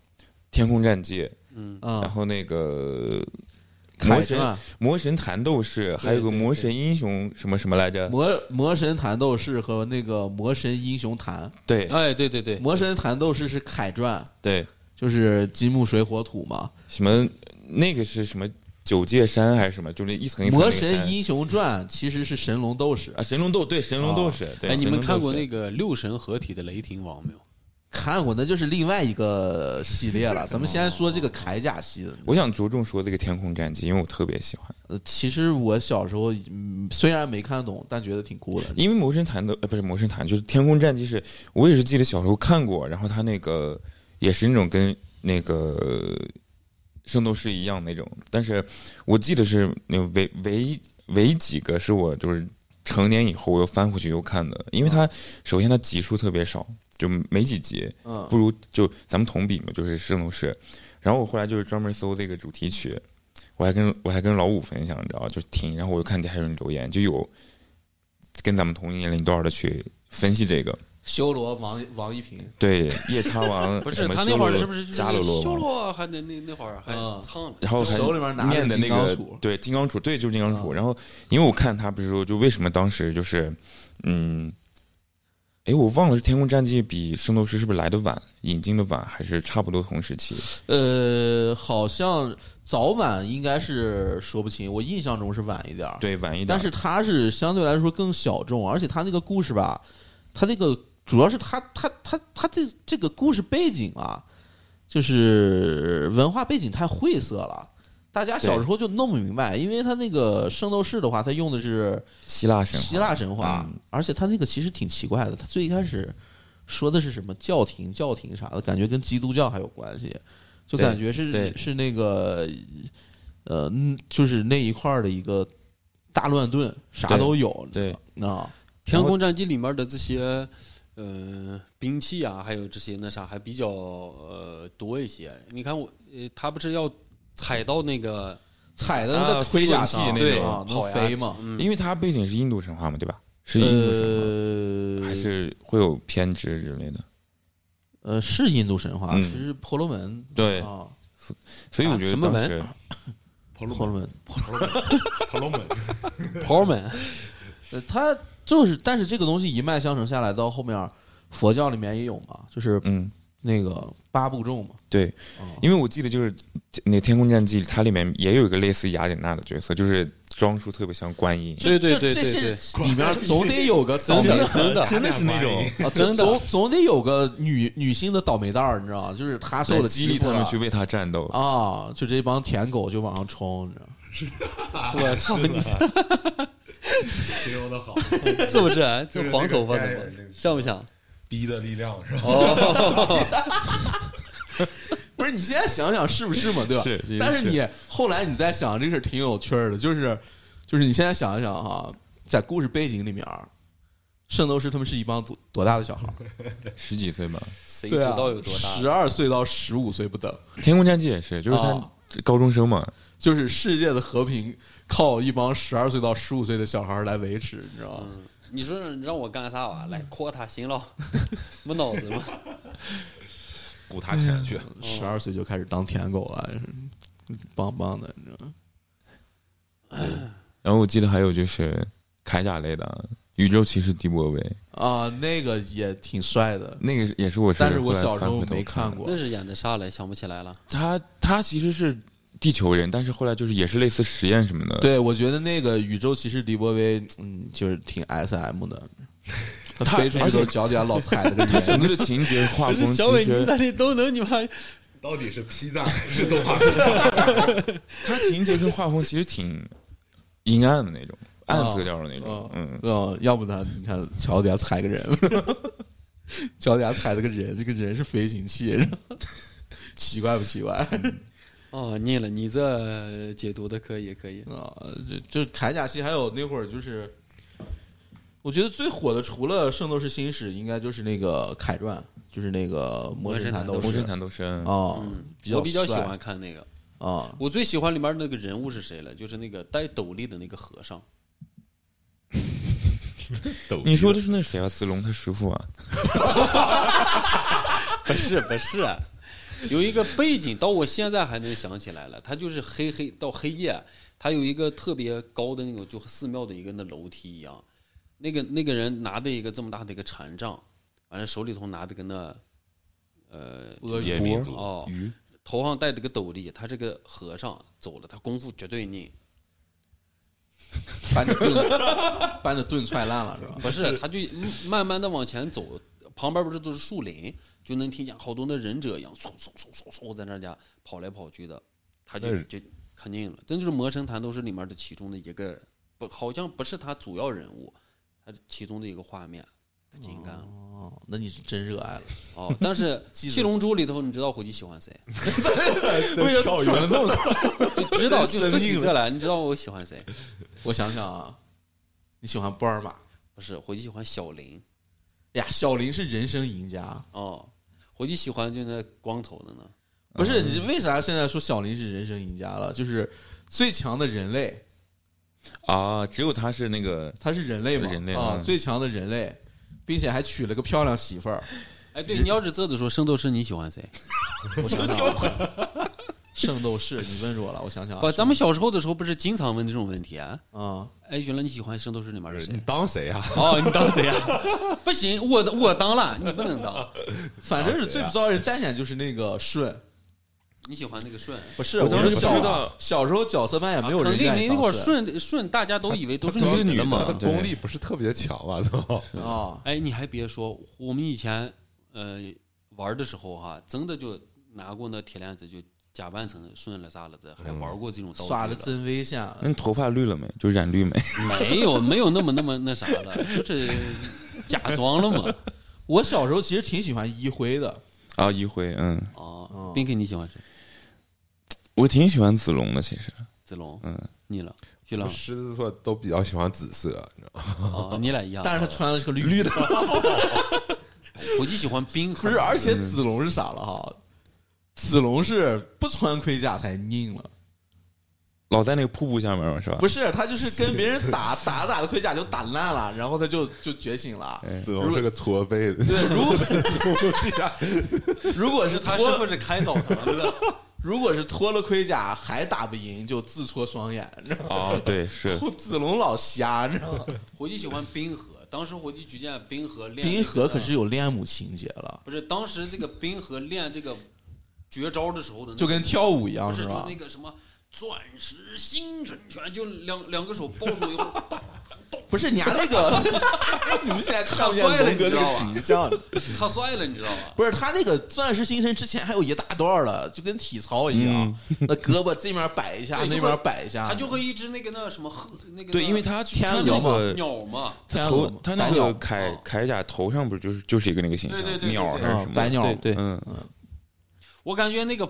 天空战记，然嗯，后那个魔铠神甲、魔神弹斗士，还有个对对魔神英雄什么什么来着？魔魔神弹斗士和那个魔神英雄弹，对哎，对对对，魔神弹斗士是铠传，对，就是金木水火土嘛。什么那个是什么九界山还是什么，就那一层一《层魔那个山。神英雄传》其实是神龙斗士啊，，神龙斗对神龙斗士，对。哎，你们神龙斗士看过那个六神合体的雷霆王没有？看过那就是另外一个系列了。咱们先说这个铠甲系的。我想着重说这个天空战记，因为我特别喜欢，呃，其实我小时候嗯虽然没看懂，但觉得挺酷的。因为《魔神坛》的呃不是《魔神坛》，就是《天空战记是》，我也是记得小时候看过，然后他那个也是那种跟那个圣斗士一样那种，但是我记得是那唯唯唯几个是我就是成年以后我又翻回去又看的，因为哦它首先它集数特别少，就没几集，嗯不，如就咱们同比嘛，就是圣斗士。然后我后来就是专门搜这个主题曲，我还跟我还跟老五分享，你知道吧就听，然后我就看底下有人留言，就有跟咱们同年龄段的去分析这个，修罗王王一平，对夜叉王 不什是么他那修会儿罗是不是就是伽罗罗哎修王罗还那那那会儿还嗯唱了？然后还手里面拿着念的那金个刚杵对金刚杵，对，就是金刚杵。啊然后因为我看他不是说，就为什么当时就是嗯，哎，我忘了是《天空战记》比《圣斗士》是不是来的晚，引进的晚，还是差不多同时期？呃，好像早晚应该是说不清，我印象中是晚一点儿。对，晚一点。但是它是相对来说更小众，而且它那个故事吧，它那个主要是它它它它这这个故事背景啊，就是文化背景太晦涩了。大家小时候就弄不明白，因为它那个圣斗士的话，它用的是希腊神话，希腊神话嗯，而且它那个其实挺奇怪的。它最一开始说的是什么教廷、教廷啥的，感觉跟基督教还有关系，就对感觉对是是那个呃，嗯就是那一块儿的一个大乱炖，啥对都有。对啊，天空战机里面的这些，呃，兵器啊，还有这些那啥，还比较呃多一些。你看我，呃，他不是要踩到那个，踩在那啊个盔甲上，飞行器那对种啊，能跑呀飞吗？嗯，因为它背景是印度神话嘛，对吧？是印度神呃话，，还是会有偏执之类的？呃是印度神话，嗯其实是婆罗门对啊，所以我觉啊得什么当文时婆婆罗门婆罗门，婆们， 呃，他就是，但是这个东西一脉相承下来，到后面儿佛教里面也有嘛，就是嗯，那个八部众嘛。对，因为我记得就是那《天空战记》，它里面也有一个类似雅典娜的角色，就是装束特别像观音，对对这对这对些对里 面总得有个真的真的真的是那种 啊总总总得有个女女性的倒霉蛋儿，你知道吗？就是她受来了激欺励负他们了去为他战斗。啊，就这帮舔狗就往上冲，你知道吗？我 操你！形容的 好，自不自然？就就是黄头发那的个盖嘛着那个像不像？逼的力量是吧？ 哦， 不是你现在想想是不是嘛，对吧？是是但是你后来你再想这事儿挺有趣儿的，就是就是你现在想一想哈、在故事背景里面儿，圣斗士他们是一帮多多大的小孩嗯儿？啊十几岁吧，谁知对啊，道有多十大？二岁到十五岁不等， 《天空战记》也是，就是哦他高中生嘛，就是世界的和平靠一帮十二岁到十五岁的小孩儿来维持，你知道吗？啊嗯你说让让我干啥玩意儿？来扩他行 了，没脑子吗？鼓他钱去，哦十二岁就开始当舔狗了，就是棒棒的，你知道吗？然后我记得还有就是铠甲类的宇宙骑士迪波维，啊，那个也挺帅的，那个也是我但是后我来小时翻候回头没看看过那。是演的啥来？想不起来了。他他其实是地球人，但是后来就是也是类似实验什么的。，对，我觉得那个宇宙骑士迪波威，嗯，就是挺 S M 的，他他飞出去而且都脚底下老踩着个他整圆。个的情节 画不风是小伟，其你实咋的都能你妈到底是披萨还是动 画片？他情节跟画风其实挺阴暗的那种，暗色调的那种啊哦。嗯，嗯，要不他你看脚底下踩个人， 脚底下踩了个人，这个人是飞行器，然后奇怪不奇 怪？ 哦，腻了，你这解读的可以，可以。啊，这这铠甲系还有那会儿就是，我觉得最火的除了《圣斗士星矢》，应该就是那个凯传，就是那个魔神坛斗魔士神坛斗士，啊，比较哦嗯我比较喜帅欢看那个，啊，我最喜欢里面那个人物是谁了？就是那个戴斗笠的那个和尚。你说的是那谁啊？子龙他师傅啊？不是不是，有一个背景，到我现在还能想起来了。他就是黑黑到黑夜，他有一个特别高的那种，就和寺庙的一个那楼梯一样。那个那个人拿着一个这么大的一个禅杖，完了手里头拿着个那呃阿野谀民族哦鱼头上戴着个斗笠，他这个和尚走了，他功夫绝对硬。搬的盾，搬的盾踹烂了 是吧？不啊是，他就慢慢的往前走，旁边不是都是树林，就能听见好多那忍者一样，嗖嗖嗖嗖嗖在那家跑来跑去的，他就就看见了。真就是《魔神坛斗士》里面的其中的一个，不，好像不是他主要人物，他其中的一个画面，他进干了。哦，那你是真热爱了。哦，但 是《七龙珠》里头，你知道火鸡喜欢谁？ 在跳跃转动就知道，就死起色来，你知道我喜欢谁？ 我想想啊，你喜欢波尔玛不是，火鸡喜欢小林。哎呀？小林是人生赢家，哦，火鸡喜欢就那光头的呢。不是你为啥现在说小林是人生赢家了？就是最强的人类，啊，只有他是那个他是人类嘛？人类啊，嗯最强的人类，并且还娶了个漂亮媳妇儿。哎， 对，你要是这么说，圣斗士你喜欢谁？我想想啊，圣斗士， 你问住我了，我想想啊。不，咱们小时候的时候不是经常问这种问题啊？啊，哎，原来你喜欢圣斗士里面的你谁？当谁啊？哦，你当谁啊？ 不行，我我当了，你不能当。反正是最不招人待见就是那个舜，你喜欢那个舜？不是，我当时是不小知道小时候角色扮演没有人肯定愿意你当那会儿舜舜舜，大家都以为都是都是女的女嘛的。他的对功力不是特别强吧？ 操！啊，哎，你还别说，我们以前呃玩的时候哈、真的就拿过那铁链子就假扮成顺了啥了的，还玩过这种道具嗯耍的了真危险啊。那你头发绿了没？就染绿没？ 没有没有那么那么那啥了，就是假装了嘛。我小时候其实挺喜欢一辉的，啊，一辉，嗯，哦哦，并且你喜欢谁？我挺喜欢子龙的，其实，子龙，嗯，你了，徐浪，狮子座都比较喜欢紫色，你知道吗？哦，你俩一样。但是他穿的是个绿的，我就喜欢冰不河， 是，而且子龙是啥了哈？子龙是不穿盔甲才硬了，老在那个瀑布下面嘛，是吧？不是他啊就是跟别人打打着打着盔甲就打烂了，然后他就就觉醒了。紫龙是个搓背的，对，如 果地下如果是他是脱不是开澡堂的？ 如果是脱了盔甲还打不赢，就自戳双眼，你知道吗？啊，对，是子龙老瞎，你知道吗？我就喜欢冰河，当时我就举荐冰河练冰河这个可是有恋母情节了，不是当时这个冰河练这个绝招的时候的那个，就跟跳舞一不样是是就吧那？个什么钻石星辰拳，就两两个手抱住以后，不是你拿那个， 你们现在看不见看衰了龙哥这个你知道吧形象。他摔了，你知道吧？不是他那个钻石星辰之前还有一大段了，就跟体操一样， 那胳膊这面摆一下，对就那会边摆一下，他就和一只那个那什么鹤，那个 对，那因为他去天他鹅那嘛个鸟嘛，天鹅头嘛，他那白鸟个铠铠甲头上不是就是就是一个那个形象对对对对鸟对还是什么白鸟对对嗯，我感觉那个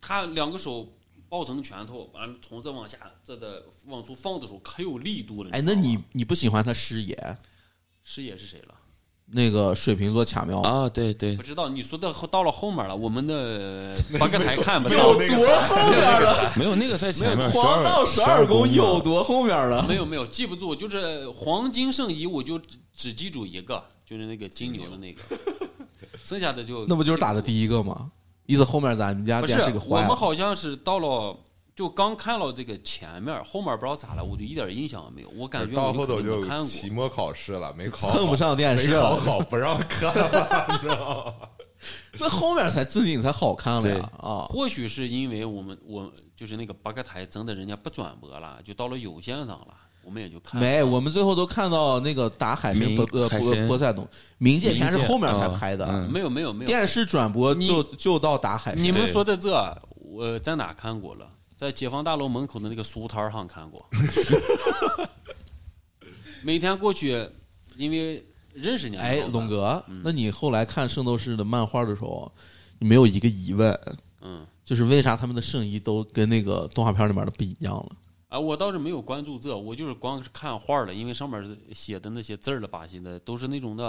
他两个手抱成拳头，完了从这往下这的往出放的时候可有力度了。哎，知那道吗你你不喜欢他师爷师爷是谁了？那个水瓶座卡妙吗？啊，对对不，知道，你说的后到了后面了，我 们的八个台看不到，多后面了，没有那个在前面黄道十十二宫宫有有多后面了？没有没有记不住，就是黄金圣衣，我就只只记住一个，就是那个金牛 的那个，剩下的就那不就是打的第一个吗？意思后面咱们家不电是视给我坏们了。好像是到了。就刚看了这个前面，后面不知道咋了，我就一点印象也没有。我感觉到我后头肯定就没看过，期末考试了，没考好蹭不上电视没考了，好不让看了，你知道吗？ 那后面才正经才好看了对呀！啊，或许是因为我们我就是那个八个台真的人家不转播了，就到了有线上了，我们也就看不没，上我们最后都看到那个打海参明波呃海波参波塞冬，冥界冥片是界后面才啊拍的，嗯没有没有没有。电视转播就就到打海参。你们对说的这，我在哪看过了？在解放大楼门口的那个书摊儿上 看过。每天过去，因为认识人家。哎，龙，哥，嗯那你后来看圣斗士的漫画的时候，你没有一个疑问，嗯，就是为啥他们的圣衣都跟那个动画片里面的不一样了？啊，我倒是没有关注这，我就是光是看画儿了，因为上面写的那些字儿了吧，现在都是那种的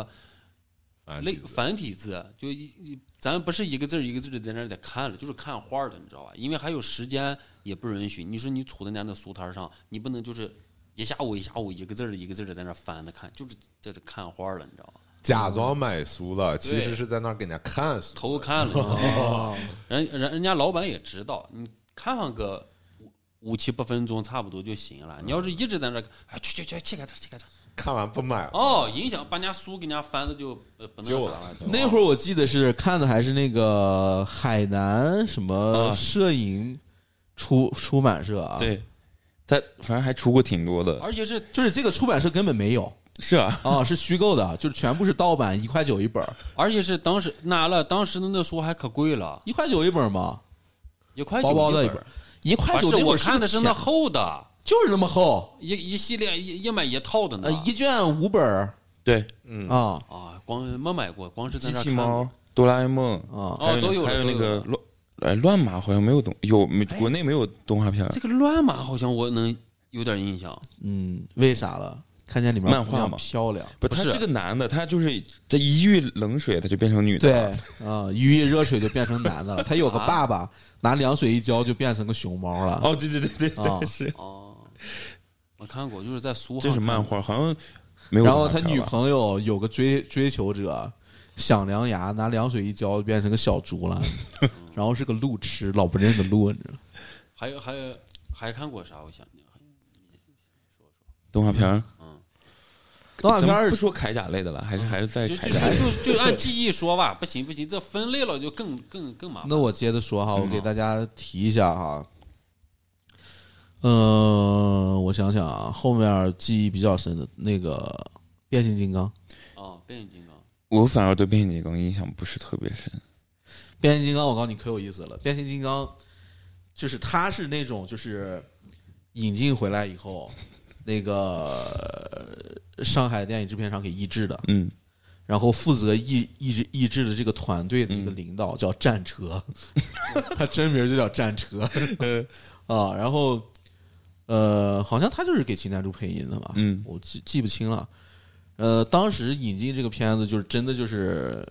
啊哎类繁体字，啊就一一咱不是一个字儿一个字儿的在那儿在看了，就是看画儿的，你知道吧？因为还有时间也不允许。你说你杵在人家那书摊儿上，你不能就是一下午一下午一个字儿一个字儿的在那儿翻着看，就是在这看画儿了，你知道吧？假装买书了，其实是在那儿给人家看书。偷看了你知道吧，人人人家老板也知道，你看上个五五七八分钟差不多就行了。你要是一直在那儿，哎去去去去开这去开这，看完不买了。哦，影响把人家书给人家翻的就呃不那就啥了。就那会儿我记得是看的还是那个海南什么啊摄影出出版社啊，，对，他反正还出过挺多的，而且是就是这个出版社根本 没有是啊，啊，是虚构的，就是全部是盗版，一块九一本儿，而且是当时拿了，当时的那书还可贵了，一块九一本儿嘛，一块薄九薄的一一本儿，一块不九是那会我儿看的是个那钱厚的，就是那么厚，一一系列一一买一套的呢呃，。一卷五本儿对，啊啊，光没买过，光是在机那器看过猫、哆啦 A 梦，啊，哦还有那都有了还有都有那个了乱哎乱马好像没有动，有没哎国内没有动画片儿，这个乱码好像我能有点印象。嗯，为啥了？看见里面漫画姑娘嘛漂亮，不，他不是是个男的，他就是他一遇冷水他就变成女的对了，啊，一遇热水就变成男 的了，他有个爸爸，拿凉水一浇就变成个熊猫了，哦，对对对对啊对，是哦，我看过，就是在书上这是看漫画，好像没有然动后画片他吧。女朋友有个追追求者，响凉牙拿凉水一浇变成个小竹 了，然后是个路痴，老不认得路，你知道吗？还有还有还看过啥？我想想，动画片儿，动画片咱们儿不说铠甲类的了，还是还是在就铠就甲类就就就按记忆说吧，不行不行，这分类了就更更更麻烦。那我接着说哈，我给大家提一下哈。嗯、我想想啊，后面记忆比较深的那个变形金刚，啊，变形金刚我反而对变形金刚印象不是特别深。变形金刚，我告诉你可有意思了。变形金刚就是它是那种就是引进回来以后，那个呃上海电影制片厂给译制的，嗯，然后负责译译制译制的这个团队的这个嗯领导叫战 车，他真名就叫战车嗯啊。然后呃，好像他就是给秦战柱配音的吧？嗯我记记不清了。呃，当时引进这个片子就是真的就是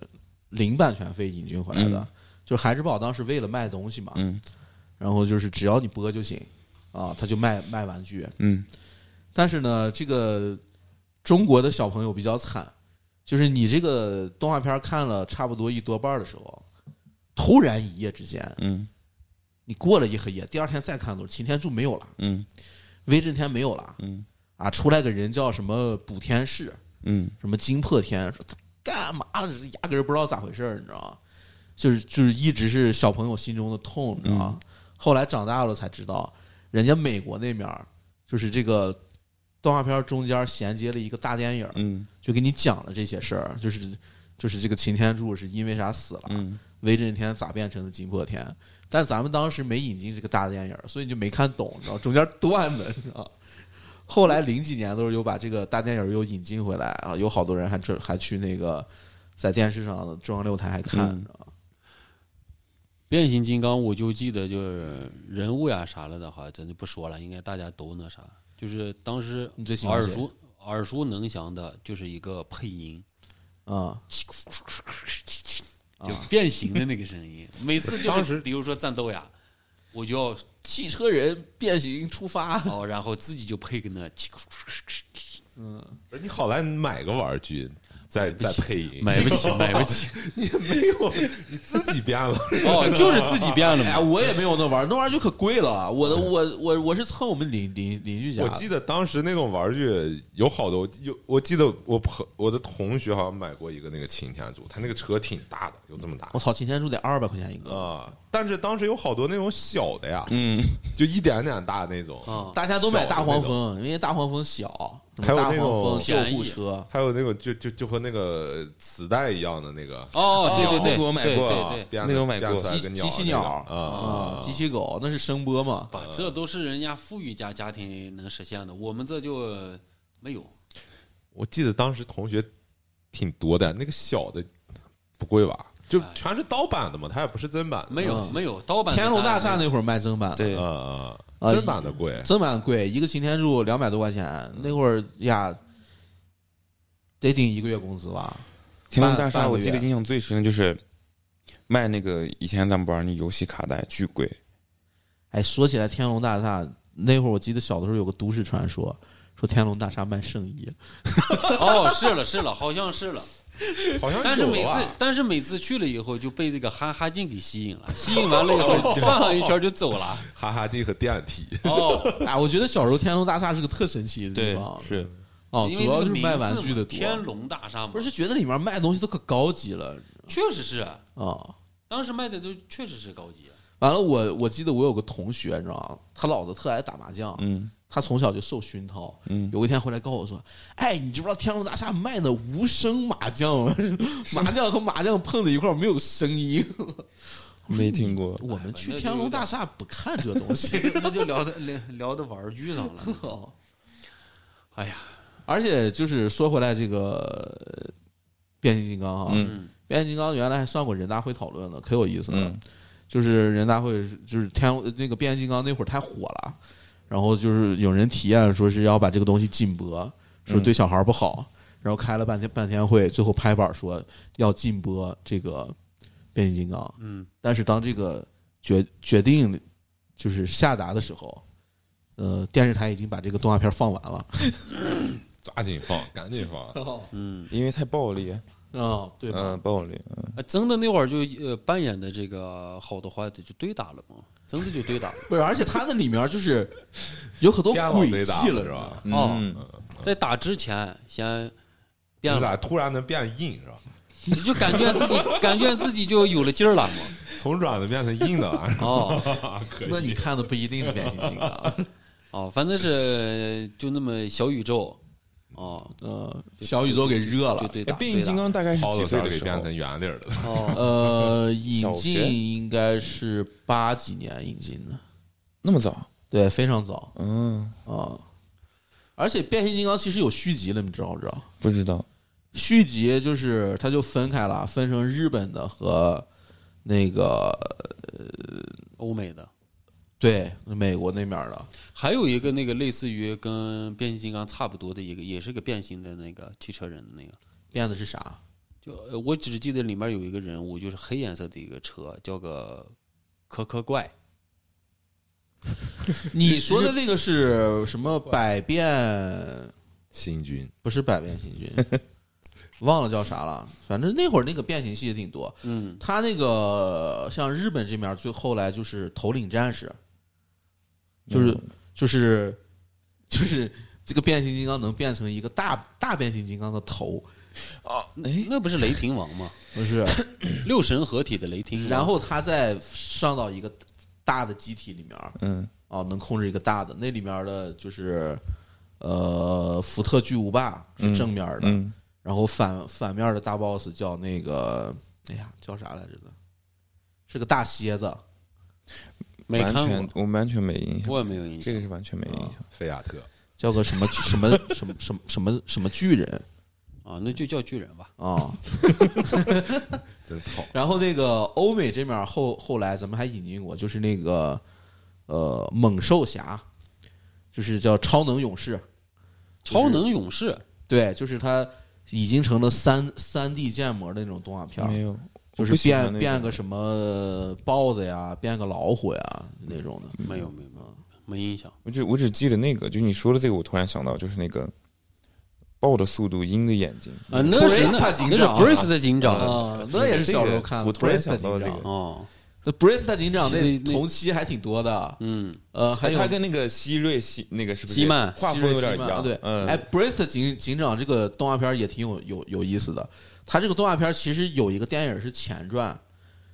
零版权费引进回来的，嗯就孩之宝当时为了卖东西嘛，嗯然后就是只要你播就行啊，他就卖卖玩具。嗯，但是呢，这个中国的小朋友比较惨，就是你这个动画片看了差不多一多半的时候，突然一夜之间，嗯你过了一黑夜，第二天再看都是擎天柱没有了，嗯威震天没有了，嗯啊，出来个人叫什么补天士，嗯什么惊破天，说他干嘛了？这压根儿不知道咋回事儿，你知道吗？就是就是一直是小朋友心中的痛，你知道吗？后来长大了才知道，人家美国那面儿就是这个动画片儿中间儿衔接了一个大电影儿，嗯就给你讲了这些事儿，就是就是这个擎天柱是因为啥死了，嗯威震天咋变成了金破天？但咱们当时没引进这个大电影儿，所以你就没看懂，你知道中间断的，你知道。后来零几年的时候，又把这个大电影儿又引进回来啊，有好多人还这还去那个在电视上的中央六台还看，嗯你知道变形金刚，我就记得就是人物呀啥了的话，咱就不说了，应该大家都那啥，就是当时你最喜欢耳谁熟耳熟能详的就是一个配音，啊、 就变形的那个声音，每次就是当时比如说战斗呀，我就要汽车人变形出发，哦，然后自己就配个那，不是你好歹买个玩具， 再再配音，买不 起，买不起，你没有，你 自己编 了。哦，就是自己变了哎呀，嘛。我也没有那玩意儿，那玩意儿就可贵了。我的我我我是蹭我们邻邻邻居家嗯我的，记得当时那种玩具有好多，有我记得我朋我的同学好像买过一个那个擎天柱，他那个车挺大的，有这么大我操，擎天柱得二百块钱一个，哦啊！但是当时有好多那种小的呀，嗯，就一点点大那种，啊，大家都买大黄小的蜂，因为大黄蜂小，什还么有大那黄蜂种救便护宜车，还有那种就就就和那个磁带一样的那个，啊哦，对对对，那个我买过对对对，编那个我买过编出来机个机器那个鸟啊啊，机器狗那是声波嘛？把这都是人家富裕家家庭能实现的，我们这就没有。我记得当时同学挺多的，那个小的不贵吧？就全是盗版的嘛，它也不是真版的。没有嗯没有，盗版的天龙大厦咱那会儿卖正版，对，啊啊，啊真版的贵。正版贵，一个擎天柱两百多块钱，那会儿呀，得顶一个月工资吧？天龙大半厦，个我记得月印象最深的就是卖那个以前咱们玩那游戏卡带，巨贵。哎，说起来天龙大厦那会儿，我记得小的时候有个都市传说，说天龙大厦卖圣衣， 哦，是了是了，好像是了。好像但是有啊每吧次啊但是每次去了以后，就被这个哈哈镜给吸引了，吸引完了 以后转上一圈就走了。哈哈镜和电梯， 哦，哎啊，我觉得小时候天龙大厦是个特神奇的地方，是哦，因主为这要个是名卖玩字具嘛的多，天龙大厦嘛，不是觉得里面卖的东西都可高级了确实是，啊。当时卖的就确实是高级，啊完了，我我记得我有个同学，你知道吗？他老子特爱打麻将，嗯，他从小就受熏陶，嗯，有一天回来告诉我说：“哎，你知不知道天龙大厦卖的无声麻将吗？ 麻将和麻将碰在一块儿没有声 音。。没听过我们去天龙大厦不看这东 西，那就聊的聊聊到玩具上 了。哎呀，而且就是说回来这个呃变形金刚哈，嗯变形金刚原来还上过人大会讨论了，可有意思了。嗯就是人大会就是天那个变形金刚那会儿太火了，然后就是有人提案说是要把这个东西禁播，说嗯对小孩儿不好，然后开了半天半天会，最后拍板说要禁播这个变形金刚。嗯，但是当这个决决定就是下达的时候，呃，电视台已经把这个动画片放完了。抓紧放，赶紧放。嗯因为太暴力，啊，对嗯、吧？暴力，哎真的那会儿就呃扮演的这个好的坏的就对打了嘛，真的就对打了。不是，而且它那里面就是有很多天网诡对打计了，是你知道吧嗯吗？嗯哎哦，在打之前先变你了，啊咋啊突然能变硬是吧？ 你就感觉自己 感觉自己就有了劲儿了嘛。。从软的变成硬的了 哦 那你看的不一定是变形金刚， 哦，反正是就那么小宇宙，哦，呃，小宇宙给热就了。对哎打。变形金对刚大概是抛几到岁上的给时变候？成圆底儿的了，打哦，呃，引小学进应该是八几年引进的，那么早？对，非常早嗯，啊。而且变形金刚其实有续集了，你知道不知道？不知道。续集就是它就分开了，分成日本的和那个呃欧美的。对美国那面儿的。还有一个那个类似于跟变形金刚差不多的一个，也是个变形的那个汽车人的那个，变的是啥？就呃我只记得里面有一个人物，就是黑颜色的一个车，叫个可可怪，你说的那个是什么？百变新军不是百变星君，忘了叫啥了。反正那会儿那个变形戏也挺多。嗯，他那个像日本这面，最后来就是头领战士，就是就是就是这个变形金刚能变成一个大大变形金刚的头，哎，那不是雷霆王吗？不是？六神合体的雷霆 王，然后他再上到一个大的机体里面，嗯，啊，能控制一个大的，那里面的就是呃，福特巨无霸是正面的，嗯然后反反面的大 boss 叫那个，哎呀，叫啥来着的？是个大蝎子，没嗯完看全过，我完全没印象，我也没有印这象。个是完全没印象。菲亚特，叫个什么什么什么什么什么什么巨人啊，那就叫巨人吧。啊。真操！然后那个欧美这面后后来咱们还引进过，就是那个呃猛兽侠，就是叫超能勇士，超能勇士，对，就是他已经成了三三 D 建模的那种动画片儿，没有，就嗯我是不喜欢变那变种个什么豹子呀，变个老虎呀那种的。没有没有没有没印象。我只我只记得那个，就你说的这个，我突然想到，就是那个豹的速度，鹰的眼睛。啊，那是 Brista 那警那是长 b r i s 的啊警长啊，那也是小时候看的。我突然想 Brista 到警这长个，哦，那 Brista 警长那是那同期还挺多的，嗯，呃，还有他跟那个希瑞希那个是不是希曼画风有点希瑞一希曼啊样？对，嗯，哎，Brista 警警长这个动画片也挺有有有意思的。他这个动画片其实有一个电影是前传，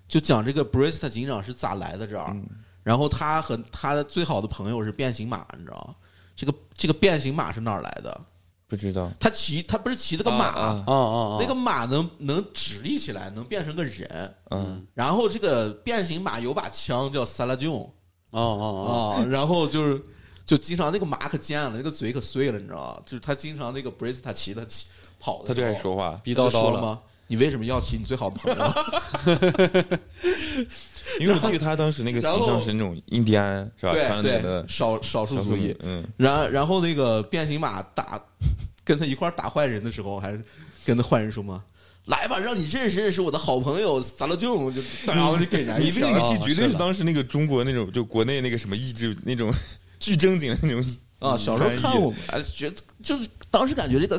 就讲这个 Brista 警长是咋来的这儿。然后他和他的最好的朋友是变形马，你知道吗？这个这个变形马是哪儿来的？不知道。他骑他不是骑了个啊马，啊哦哦哦，那个马能能直立起来，能变成个人。嗯，然后这个变形马有把枪叫萨拉囧哦哦啊，然后就是就经常那个马可贱了，那个嘴可碎了，你知道吗？就是他经常那个 b r i s t a 骑他骑跑的，他就爱，说话，逼逼叨叨了，吗？你为什么要骑你最好的朋友？ 因为我记得他当时那个然后形象是那种印第安，是吧？穿对着那个对，少少数 小族兔裔子。，嗯，然然后那个变形马打 跟他一块儿打坏人的时候，还是跟那坏人说嘛。来吧，让你认识认识我的好朋友萨拉囧，就然后就给人家你一这枪个戏绝对是是的 当时那个中国那种就国内那个什么意志那种巨正经的那种啊，小时候翻译看我们，哎觉得就是当时感觉这个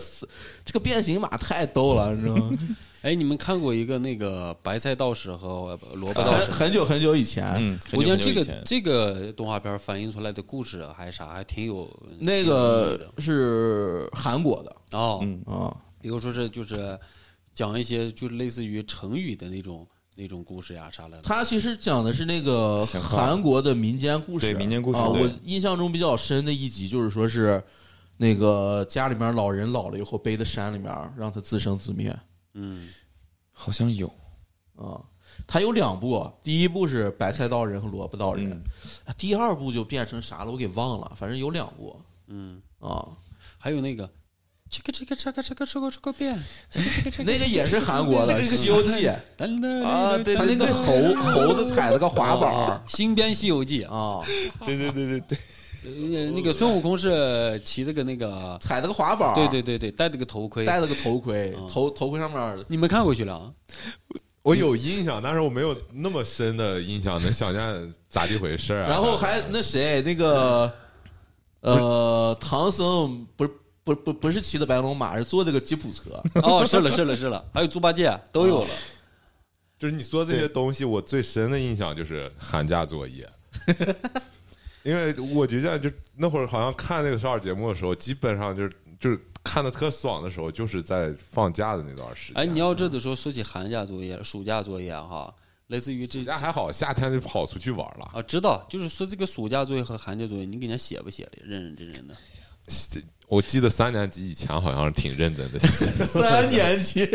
这个变形马太逗了，你知道 吗？哎，你们看过一个那个白菜道士和萝卜道士很吗？很久很久以前，嗯，我觉得这很久很久以个前这个动画片反映出来的故事还是啥，还挺有那个是韩国的哦，嗯啊，比如说是就是讲一些就是类似于成语的那种那种故事呀啥来的。它其实讲的是那个神话韩国的民间故事，对民间故事啊。对我印象中比较深的一集就是说是那个家里面老人老了以后背在山里面，让他自生自灭嗯，好像有，啊。它有两部，第一部是白菜道人和萝卜道人，嗯啊第二部就变成啥了，我给忘了，反正有两部，嗯，啊，还有那个这个这个这个这个这个这个变那个也是韩国的《西游记》噔噔啊，对，哦他那个猴猴子踩了个滑板儿新编《西游记》啊，啊，对对对对对，呃那个孙悟空是骑着个那个，踩了个滑板儿对对对对，戴着个头盔。戴了个头盔，头头盔上面你们看过去了啊？我有印象，但是我没有那么深的印象，能想象咋地回事儿啊、然后还那谁那个呃，唐僧不是不不不是骑的白龙马，是坐这个吉普车，哦，是了是了是了，还有猪八戒都有了。就是你说这些东西，我最深的印象就是寒假作业， 因为我觉得就那会儿好像看那个少儿节目的时候，基本上就是就是看的特爽的时候，就是在放假的那段时间。哎，你要这的时候说起寒假作业、暑假作业哈，类似于这暑假还好，夏天就跑出去玩了。啊，知道，就是说这个暑假作业和寒假作业，你给人家写不写的，认认真真的。我记得三年级以前好像是挺认真的 写， 三年级，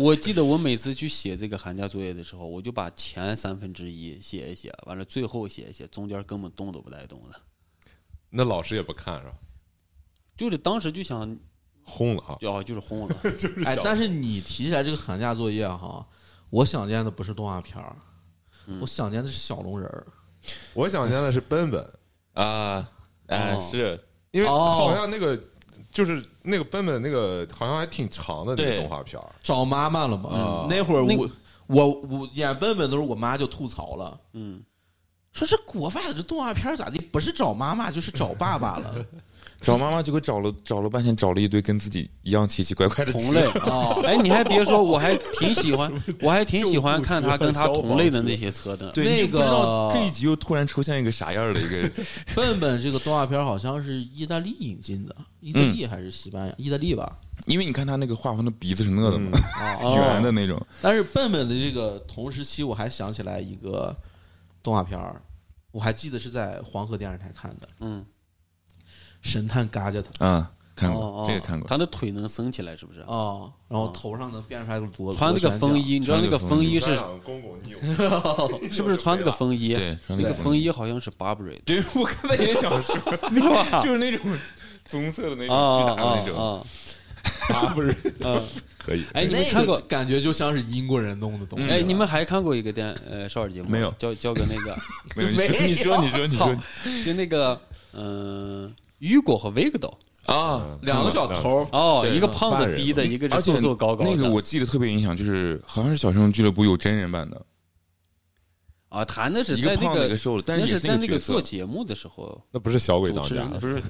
我记得我每次去写这个寒假作业的时候，我就把前三分之一写一写，完了最后写一写，中间根本动都不带动的。那老师也不看是吧？就是当时就想，轰了啊！就啊，就是轰了。哎，但是你提起来这个寒假作业哈，我想见的不是动画片儿，我想见的是小龙人儿。我想念的是笨笨，啊，哎哦是因为哦好像那个就是那个笨笨那个好像还挺长的那个对动画片儿找妈妈了啊嘛。那会儿我我我演笨笨的时候，我妈就吐槽了，嗯，说这国外的这动画片儿咋的，不是找妈妈就是找爸爸 了找妈妈，结果找了找了半天，找了一堆跟自己一样奇奇怪怪的同类。啊。哎，你还别说，我还挺喜欢，我还挺喜欢看他跟他同类的那些车的。对，那你就不知道个这一集又突然出现一个啥样的一个，笨笨这个动画片儿好像是意大利引进的，意嗯大利还是西班牙？意大利吧。因为你看他那个画风的鼻子是那的嘛，哦嗯啊 圆的那种，但是笨笨的这个同时期，我还想起来一个动画片儿，我还记得是在黄河电视台看的《嗯，神探嘎加他啊，看哦过哦这个看过，他的腿能升起来是不是》？啊，然后头上能变出来个螺，哦穿这个螺旋风桨，衣，你知道那个风衣是公公扭，是不是穿这个风衣？对，穿那个风衣，衣好像是 Burberry 的，对我刚才也想说，是 吧？就是那种棕色的那种啊巨大的啊那种，啊！啊不是嗯，可以。哎，你们那看个过？感觉就像是英国人弄的东西了。哎，你们还看过一个电呃少儿节目嗯吗没有叫叫个那个，没有，你说你说你说你就那个嗯，雨果和维格斗说啊，两个小头儿，哦，对一个胖子低的，一个嗯而是且瘦瘦高高的。那个我记得特别印象，就是好像是《小生俱乐部》有真人版的，啊，谈的是一在个那胖的一个瘦的，但那是也在那个角个做色，节目的时候，那不是小鬼主当持家人，不 是，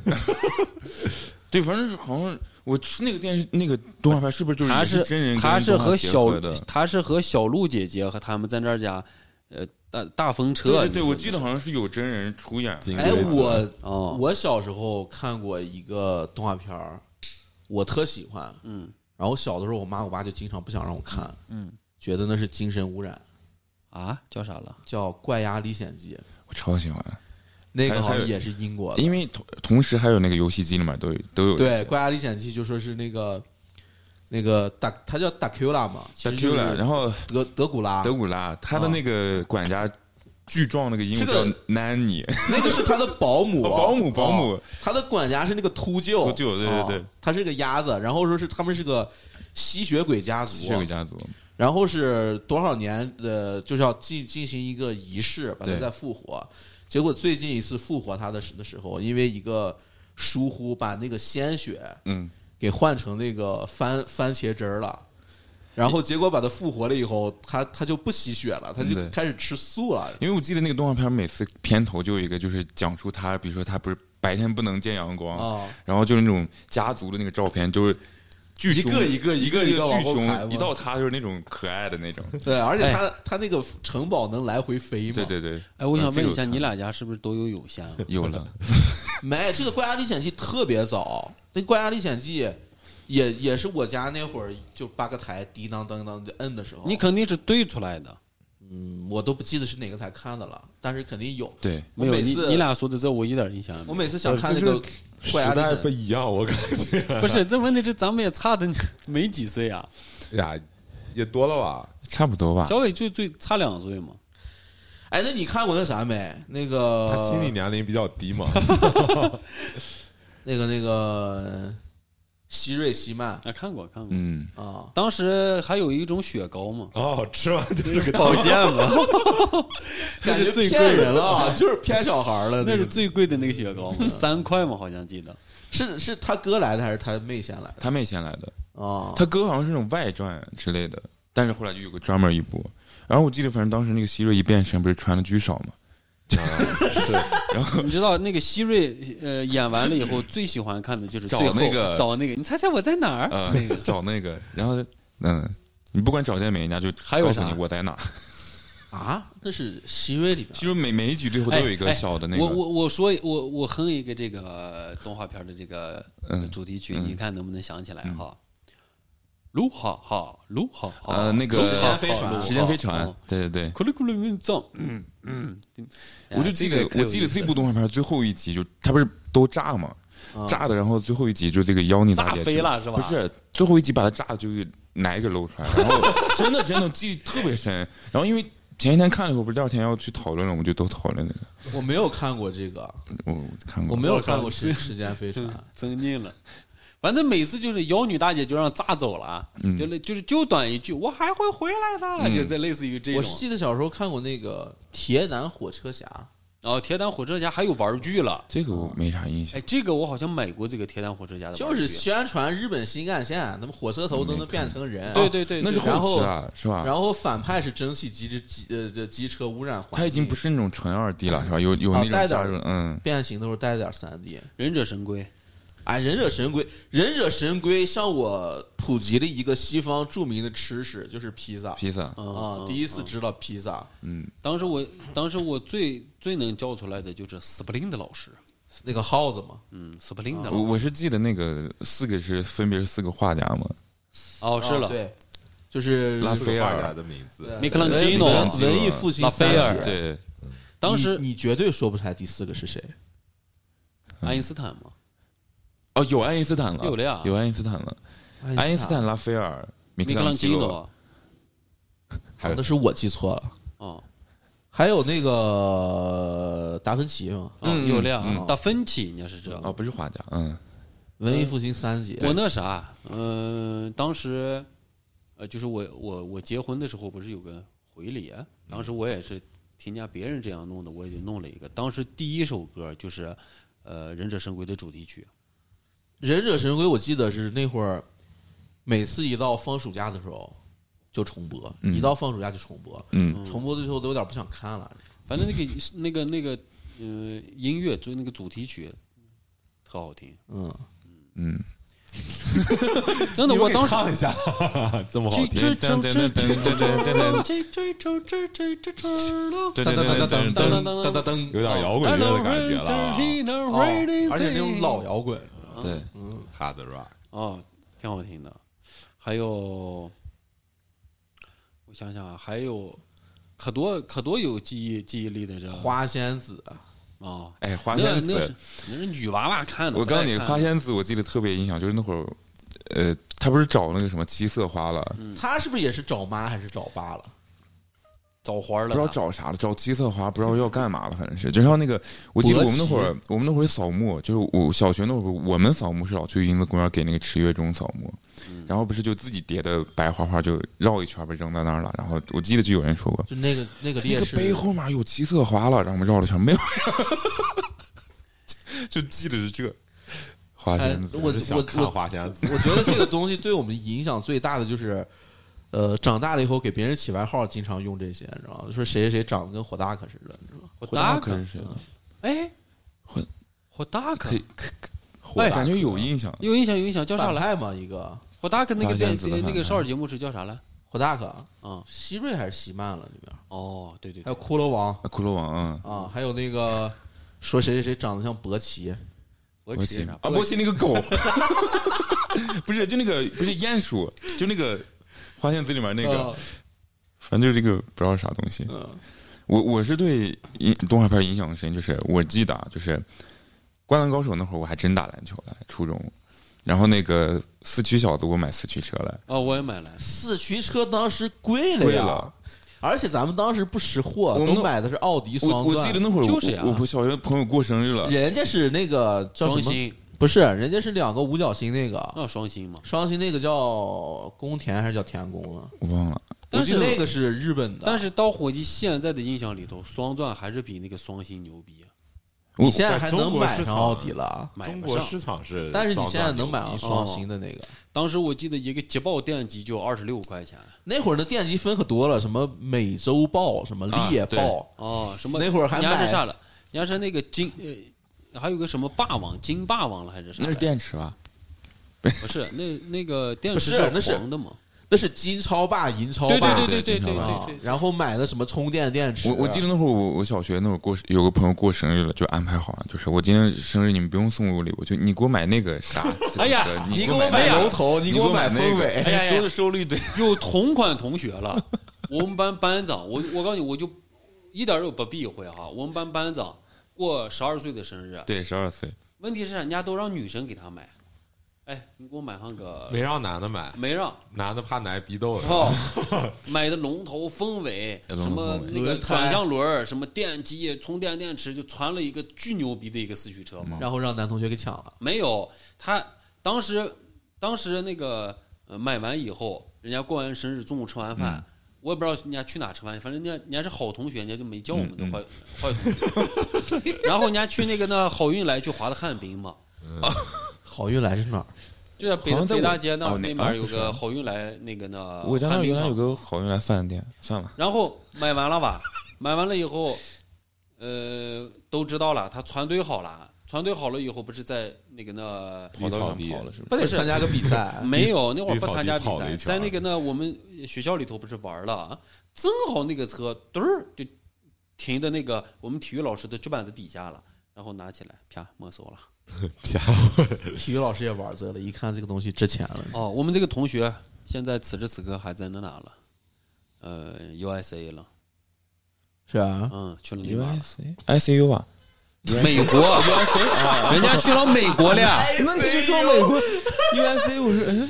对，反正是好像我那个电视那个动画片是不是就是他也是真人跟他是动画和结小合的？他是和小鹿姐姐和他们在那儿家，呃，大大风车。对对对，你说我的记得好像是有真人出演，哎，我哦我小时候看过一个动画片儿，我特喜欢。嗯然后小的时候，我妈我爸就经常不想让我看，嗯觉得那是精神污染，啊，叫啥了？叫《怪鸭历险记》，我超喜欢，那还个有好还像有也是英国的。因为同同时还有那个游戏机里面都有都有对，《怪鸭历险记》就说是那个那个大，他叫达 Q 拉嘛，其大实 Q 就是啊了，然后德德古拉德，古拉他的那个管家巨壮那个鹦是鹉个叫南 尼，那个是他的保姆，哦保姆保姆哦他的管家是那个秃鹫，秃鹫对对对哦他是个鸭子，然后说是他们是个吸血鬼家族，啊血鬼家族，然后是多少年呃，就是要进进行一个仪式，把它对再复活。结果最近一次复活它的时的时候，因为一个疏忽，把那个鲜血嗯，给换成那个番番茄汁儿了。然后结果把它复活了以后，它它就不吸血了，它就对开始吃素了。因为我记得那个动画片每次片头就有一个就是讲述他，比如说他不是白天不能见阳光，啊，然后就是那种家族的那个照片，就是巨一凶个一个一一个一一个往巨后排凶，嘛一到他就是那种可爱的 那种。对，而且它它那个城堡能来回飞嘛？对对对，哎，我想嗯这问个一下，我看你俩家是不是都有有线啊？有了，没，这个《怪侠历险记》特别早，那《怪侠历险记》也也是我家那会儿就八个台滴当当当就摁的时候，你肯定是对出来的。嗯我都不记得是哪个台看的了，但是肯定有。对，我没有每你，次你俩说的这我一点印象也我没每次想看那呃个这《时怪侠历代险不记》，一样，我感觉有。不是，这问题是咱们也差的没几岁 啊。呀，也多了吧？差不多吧。小伟就最差两岁嘛。哎，那你看过那啥没？那个他心理年龄比较低嘛，那个那个希瑞希曼啊，看过看过。嗯， 啊，当时还有一种雪糕嘛，哦，吃完就是个保健嘛，那感觉是最贵骗人的，了啊，就是骗小孩儿了。那那是个最贵的那个雪糕嘛， 三块嘛，好像记 得。是是他哥来的还是他妹先来的他妹先来的，啊？哦他哥好像是那种外传之类的，但是后来就有个专门一部。然后我记得，反正当时那个希瑞一变身不是穿的巨少嘛，你知道那个希瑞呃演完了以后最喜欢看的就是找最后那个找那个，你猜猜我在哪儿？呃， 找那个，然后嗯，你不管找见没，人家就还有告诉啥你我在哪。啊，那是希瑞里边其实每每一集最后都有一哎个哎小的那个，我我我说我我哼一个这个动画片的这个呃嗯主题曲，你看能不能想起来哈？噜哈哈，噜哈哈，呃那个噜哈哈时间飞船噜哈哈时间飞船哦， 对对对，咕噜咕噜运藏，嗯嗯，我就记得，我记得这部动画片最后一集就他不是都炸嘛，炸的，然后最后一集就这个妖孽大炸姐飞就了是吧不是，最后一集把他炸的就给奶给露出来了，然后真的真的记忆特别深。然后因为前一天看了以后，不是第二天要去讨论了，我们就都讨论那个，我没有看过这个，我嗯看我过，没有看过时《时间飞船》增进了。反正每次就是妖女大姐就让炸走了啊，就类就是就短一句“我还会回来的”，就这类似于这我种。记得小时候看过那个《铁胆火车侠》，然后铁胆火车侠还有玩具了，这个我没啥印象哎，，这个我好像买过这个铁胆火车呃侠的玩具，啊就是宣传日本新干线，他们火车头都能变成人。嗯对对对，那是对然后后期啊了是吧？然后反派是蒸汽机之机呃这机车污染环境，他已经不是那种纯二 D 了是吧？有有啊那带点种加儿入嗯。变形的时候带点三 D。忍者神龟，哎，忍者神龟，忍者神龟向我普及了一个西方著名的吃食，就是披萨。披萨，啊，第一次知道披萨，当时我当时我最最能叫出来的就是 Spring 的老师，那个耗子嘛，嗯，Spring 的我老我是记得那个四个是分别是四个画家嘛，哦是啊了，对，就是拉菲画家尔，的名字，对米开朗基文诺文文艺复兴拉斐尔三杰对，当时你你绝对说不出来第四个是谁。爱因斯坦嘛，哦，有爱因斯坦了，有了呀有爱因斯坦了，爱因斯坦、拉斐尔、米米开开朗朗基诺，诺，啊，那是我记错了。哦，还有那个达芬奇嘛，哦有了呀嗯，达芬奇你要是知道哦，，不是画家，嗯，文艺复兴三杰，我那啥，嗯、当时，呃，就是我我我结婚的时候不是有个回礼，当时我也是听见别人这样弄的，我也就弄了一个。当时第一首歌就是，呃，《忍者神龟》的主题曲，忍者神龟，我记得是那会儿，每次一到放暑假的时候就重播，一到放暑假就重播，嗯，重播的时候都有点不想看了。反正那个那个那个，呃，音乐就那个主题曲。特好听，嗯，真的！我当时唱一下， 这么好这听。这这这这这这这这这这这对噔噔噔对对对对噔噔对，噔噔噔噔，有点摇滚乐的感觉了啊，哦，而且那种老摇滚，对， hard rock。哦，挺好听的。还有，我想想啊，还有可多可多有记忆记忆力的这花仙子，啊，哎，花那仙那是子，那是女娃娃看的。我告诉不你，带看花的仙子我记得特别印象，就是那会儿，呃，他不是找那个什么七色花了，他是不是也是找妈还是找爸了？找花了不呢，知道嗯找啥了，找七色花，不知道要干嘛了，反正是。就像那个，我记得国我旗们那会儿，我们那会儿扫墓，就是我小学那会儿，我们扫墓是老去银子公园给那个池月钟扫墓，嗯然后不是就自己叠的白花花就绕一圈儿不是扔在那儿了，然后我记得就有人说过。就那个那个那烈个士，杯后面有七色花了，然后我们绕了一圈，没有， 就记得是这个花哎仙，子。我是我想看我花仙子，我觉得这个东西对我们影响最大的就是，呃，长大了以后给别人起外号，经常用这些，你知道吗？说谁谁谁长得跟火大可似的，你知道吗？我火大大可可是谁的？哎，火火大可可以哎感觉有印象，有印象有印象，叫啥反来？派嘛，一个火大可那个花嗯电仙子的那反个派少儿节目是叫啥来？火大可，啊，希瑞还是希曼了里面，哦，对对还对有，骷髅王啊骷髅王啊，啊，还有那个说谁谁谁长得像伯奇，我波记奇啥？啊，波奇那个狗， 不是就那个不是鼹鼠，就那个《花仙子》里面那个，啊反正就是这个不知道啥东西。我我是对影动画片影响很深，就是我记得啊就是《灌篮高手》那会儿我还真打篮球了，初中。然后那个四驱小子，我买四驱车了，哦，我也买了。四驱车当时贵了贵呀，了。而且咱们当时不识货，我们都那买的是奥迪我双我记得钻，那会儿我就是呀我我小学朋友过生日了，人家是那个叫双什么？星，嗯不是，人家是两个五角星那个。那双星嘛。双星那个叫宫田还是叫田宫啊？我忘了。但我是记得那个是日本的，但是到伙计现在的印象里头，双钻还是比那个双星牛逼，我你现在还在中能国买上市场奥迪了，买中不国上。市场是，但是你现在能买啊上？双星的那个。当时我记得一个捷豹电机就二十六块钱，那会儿的电机分可多了，什么美洲豹，什么猎豹，哦，什么那会儿还人家买是啥了？人家是那个金呃，还有个什么霸王金霸王了还是啥那来是着？电池吧？不是那那个电不池是那是黄的嘛？那是金超霸、银超霸，对对对对对对金啊对对。然后买的什么充电电池，啊我我记得那会儿我我小学那会儿过有个朋友过生日了，就安排好了，就是我今天生日你们不用送我礼物，就你给我买那 个啥自行车，哎呀你你给我我买那个龙头，你你给我买那凤个尾，哎呀呀 桌子收了一堆，有同款同学了。我们班班长，我我告诉你，我就一点儿都不避讳哈。我们班班长过十二岁的生日，对，十二岁，问题是人家都让女生给他买，哎，你给我买上个没让男的买，没 让。男的怕男的逼斗的。 哦，买的龙头、风尾，哎龙头什么凤尾那个轮胎转向轮儿，什么电机、充电电池，就传了一个巨牛逼的一个四驱车嘛。嗯然后让男同学给抢了。没有，他当时当时那个、呃、买完以后，人家过完生日，中午吃完饭，嗯我也不知道人家去哪吃饭，反正人家人家是好同学，人家就没叫我们嗯的坏、坏同学。 然后人家去那个那好运来去滑的旱冰嘛，好运来是哪儿？就在北好像在北大我街那、哦那那啊边有不是个好运来那个那我家那旱儿冰原来有场个好运来饭店，算了，然后买完了吧， 买完了以后，呃，都知道了，他团队好了，团队好了以后不是在那个那跑到草远地跑了是不是？不得参加个比 赛？没有，那会儿绿不草参地加比跑了赛，一圈在儿那个呢，我们学校里头不是玩了啊，正好那个车墩儿就停在那个我们体育老师的脚板子底下了，然后拿起来啪没收了。体育老师也玩这了，一看这个东西值钱了。哦，我们这个同学现在此时此刻还在那哪了？呃，USA 了，是啊，嗯，去了那 U 边了 S I C U 吧，美国，USA，人家去了美国了呀。那你就说美国 U S C U 是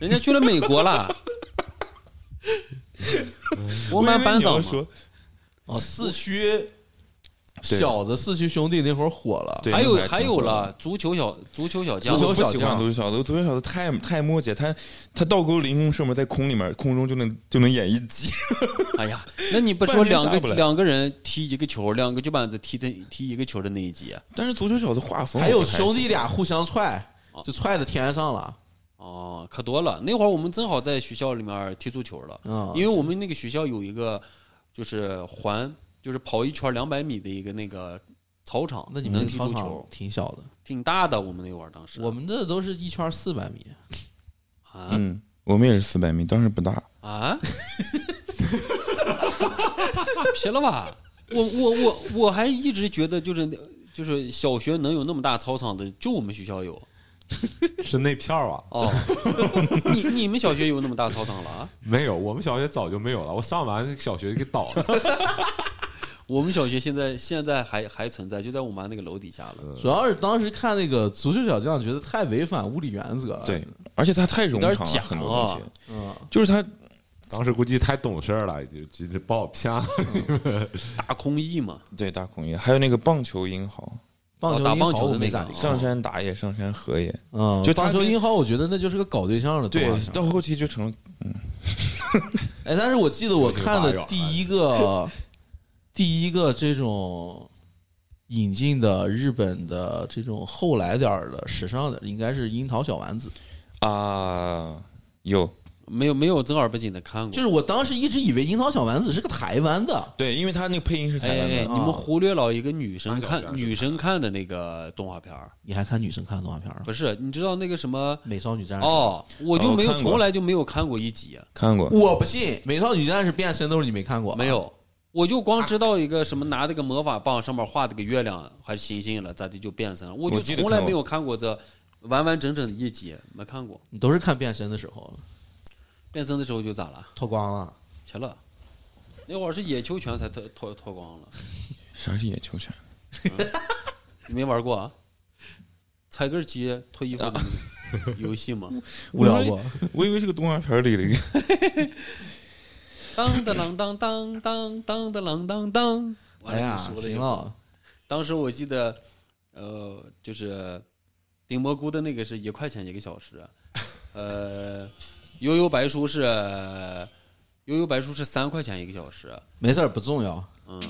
人家去了美国了。我我以为们班你要长嘛说哦，四驱小子，四驱兄弟那会儿火了。对还有那个还还有挺火的了足球小足球小将啊足，球我不小喜欢将足球小子，我足球小子太太磨叽，他他倒钩凌空射门，在空里面空中就能就能演一集， 哎呀，那你不说半天两下不个来两个人踢一个球，两个脚板子踢的踢一个球的那一集啊但是足球小子画风还有我不太兄喜弟欢俩互相踹，就踹到天上了。哦，可多了。那会儿我们正好在学校里面踢足球了，嗯因为我们那个学校有一个就是环，就是跑一圈两百米的一个那个操场，那你们能的踢操足场球，挺小的，挺大的。我们那会儿当时我们的都是一圈四百米。啊嗯，我们也是四百米，当时不大，啊， 皮了吧？我我我我还一直觉得就是就是小学能有那么大操场的，就我们学校有 是那啊片儿吧？哦。你你们小学有那么大操场了啊？没有，我们小学早就没有了。我上完小学就给倒 了。我们小学现在现在还还存在，就在我妈那个楼底下嗯了。主要是当时看那个《足球小将》，觉得太违反物理原则了。对，，而且他太冗有长点了，假啊很多东西，嗯，就是他当时估计太懂事儿了，就就就把我骗了。大空翼嘛，对大孔也，还有那个棒球英豪，哦棒球打棒英豪球我的没那个咋地看上山打野，上山河野，嗯，就他棒球跟英豪，我觉得那就是个搞对象的动对画片。，到后期就成了哎，但是我记得我看的第一个，第一个这种引进的日本的这种后来点儿的时尚的，应该是樱桃小丸子。啊，有没有没有正儿八经的看过。就是我当时一直以为《樱桃小丸子》是个台湾的，对，因为他那个配音是哎台湾哎，哎的，啊你们忽略了一个女八生角看片是女生看的那个动画片儿，你还看女生看的动画片儿？不是？你知道那个什么？美少女战士？哦，我嗯就哦没有，看过从来就没有看过一集，啊看过。我不信，美少女战士变身都是你没看过？啊没，有，我就光知道一个什么拿这个魔法棒上面画这个月亮还是星星了，咋地就变身了？我就我记得从来看过没有看过这完完整整的一集，没看过。你都是看变身的时候变身的时候就咋了？脱光了。切了。那会儿是野球拳才脱脱脱光了，啥是野球拳？你没玩过啊？踩根儿鸡脱衣服的那个游戏吗？无聊过，我以为是个动画片里的一个。当当啷当当当当当啷当当。完哎了呀，就说行了了，这。当时我记得，呃，就是顶蘑菇的那个是一块钱一个小时，呃，悠悠白书是悠悠白书是三块钱一个小时，没事儿，不重要。嗯。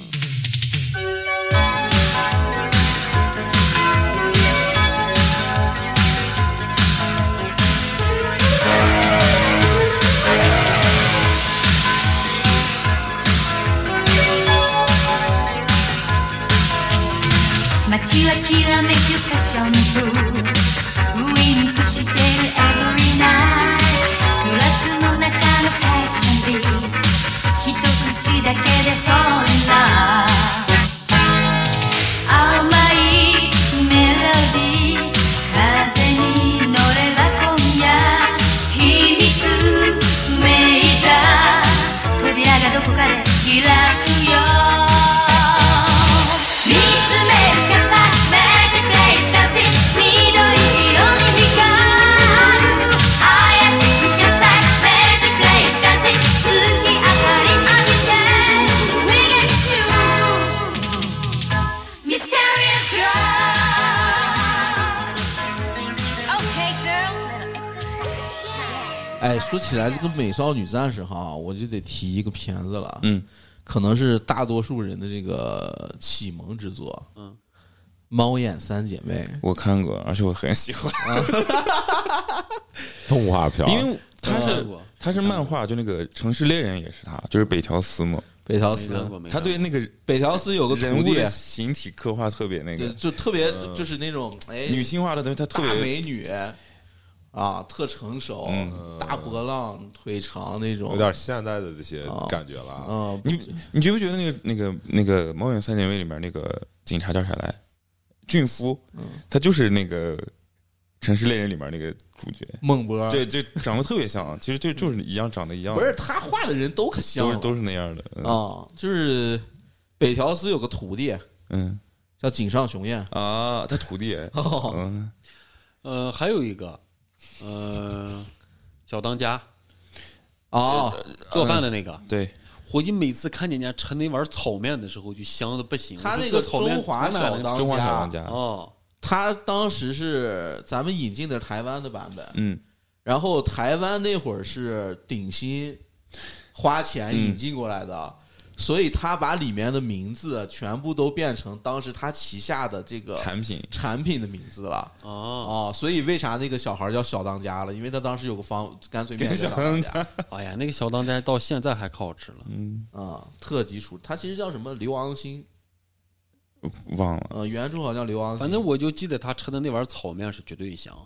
街はきらめくファッションとウィンクしてるエブリナイトグラスの中のファッションで一口だけで fall in love 甘いメロディー風に乗れば今夜秘密めいた扉がどこかで開くよ見つめる傘マジックレイスダンス緑色に光る怪しく傘マジックレイスダンス月明かり浴びて We get you Mysterious girl Okay girl little exercise 哎，说起来这个美少女战士哈，我就得提一个片子了，嗯，可能是大多数人的这个启蒙之作，嗯，猫眼三姐妹， 我看过，而且我很喜欢，动画片啊因 为他看是过他是漫画，就那个《城市猎人》也是他，就是北条司嘛，北条没看司，过，没他看过对那个北条司有个人徒物弟的，形体刻画特别那对，个就特别就是那种哎，女性化的东西，他特大别美女啊，特成熟，嗯大波浪，腿长那种，有点现代的这些感觉了啊。嗯，你你觉不觉得那个那个那个《猫眼三姐妹》里面那个警察叫啥来？俊夫，嗯他就是那个《城市猎人》里面那个主角，孟波，对，就长得特别像，其实就就是一样长得一样，啊不是他画的人都可像都了是都是那样的，嗯啊，就是北条司有个徒弟嗯叫井上雄彦，啊，他徒弟，哦，嗯，呃，还有一个，呃，小当家啊，呃做饭的那个，对，伙计每次看见人家抻那碗炒面的时候，就香的不行。他我说那个这炒面中华从哪来小的当中华小当家，哦，他当时是咱们引进的台湾的版本，嗯，然后台湾那会儿是鼎新花钱引进过来的，所以他把里面的名字全部都变成当时他旗下的这个产品产品的名字了。哦，哦，所以为啥那个小孩叫小当家了？因为他当时有个方干脆面 叫小当家哎呀，那个小当家到现在还可好吃了。嗯啊、特级厨，他其实叫什么刘昂星，忘了，嗯呃，原著好像叫刘昂星，反正我就记得他抻的那碗炒面是绝对香。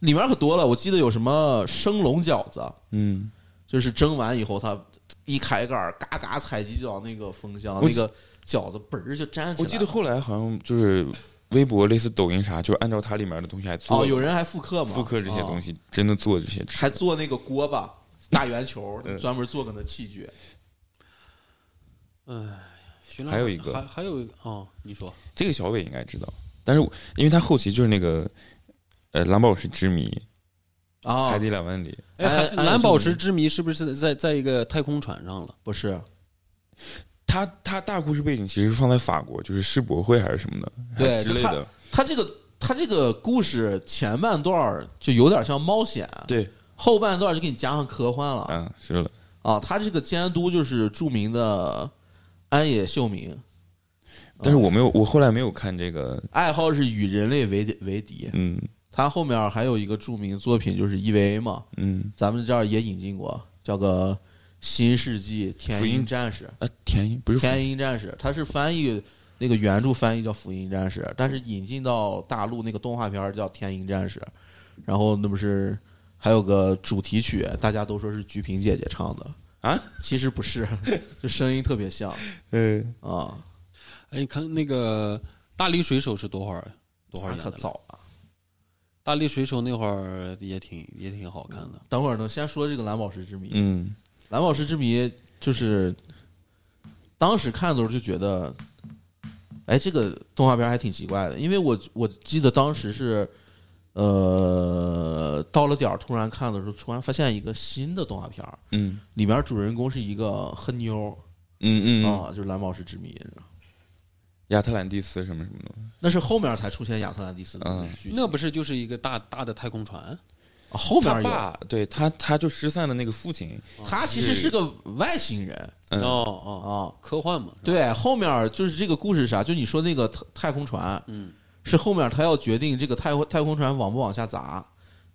里面可多了，我记得有什么生龙饺子，嗯，就是蒸完以后，它一开盖儿，嘎嘎踩几脚那个风箱，我那记个饺子嘣儿就粘起来了。我记得后来好像就是微博类似抖音啥，就是按照它里面的东西来做，哦，有人啊还复刻嘛，复刻这些东西，西，真的做这些吃还做那个锅巴、大圆球，嗯专门做个那器具。徐老还有一个还还有一个哦，你说这个小伟应该知道，但是我因为他后期就是那个呃蓝宝石之谜，啊海底两万里，哎，还安安蓝宝石之谜是不是在在一个太空船上了？不是，他他大故事背景其实是放在法国，就是世博会还是什么的，对之类的，它这个它这个故事前半段儿就有点像冒险，对，后半段儿就给你加上科幻了嗯，是了，啊。它这个监督就是著名的安野秀明，但是我没有，我后来没有看这个，爱好是与人类为为敌。嗯，他后面还有一个著名作品就是 EVA 嘛，嗯，咱们这儿也引进过，叫个《新世纪天福音音战士》。啊，田一不是天音战士，它是翻译那个原著翻译叫《福音战士》，但是引进到大陆那个动画片儿叫《天音战士》，然后那不是还有个主题曲，大家都说是菊萍姐姐唱的啊，其实不是， 就声音特别像嗯，啊，哎，你看那个《大力水手》是多会儿多会儿那演可的了？早了。大力水手那会儿也挺也挺好看的。等会儿呢，先说这个《蓝宝石之谜》。嗯，蓝宝石之谜就是当时看的时候就觉得，哎，这个动画片还挺奇怪的，因为我我记得当时是，呃，到了点儿突然看的时候，突然发现一个新的动画片儿，嗯，里面主人公是一个黑妞儿嗯嗯，啊，就是蓝宝石之谜，亚特兰蒂斯什么什么的，那是后面才出现亚特兰蒂斯的嗯剧情，那不是就是一个大大的太空船？啊后面他有爸对他，他就失散的那个父亲，他其实是个外星人嗯哦啊，哦，科幻嘛。是吧对，后面就是这个故事是啥，就你说那个太太空船，嗯，是后面他要决定这个太空太空船往不往下砸，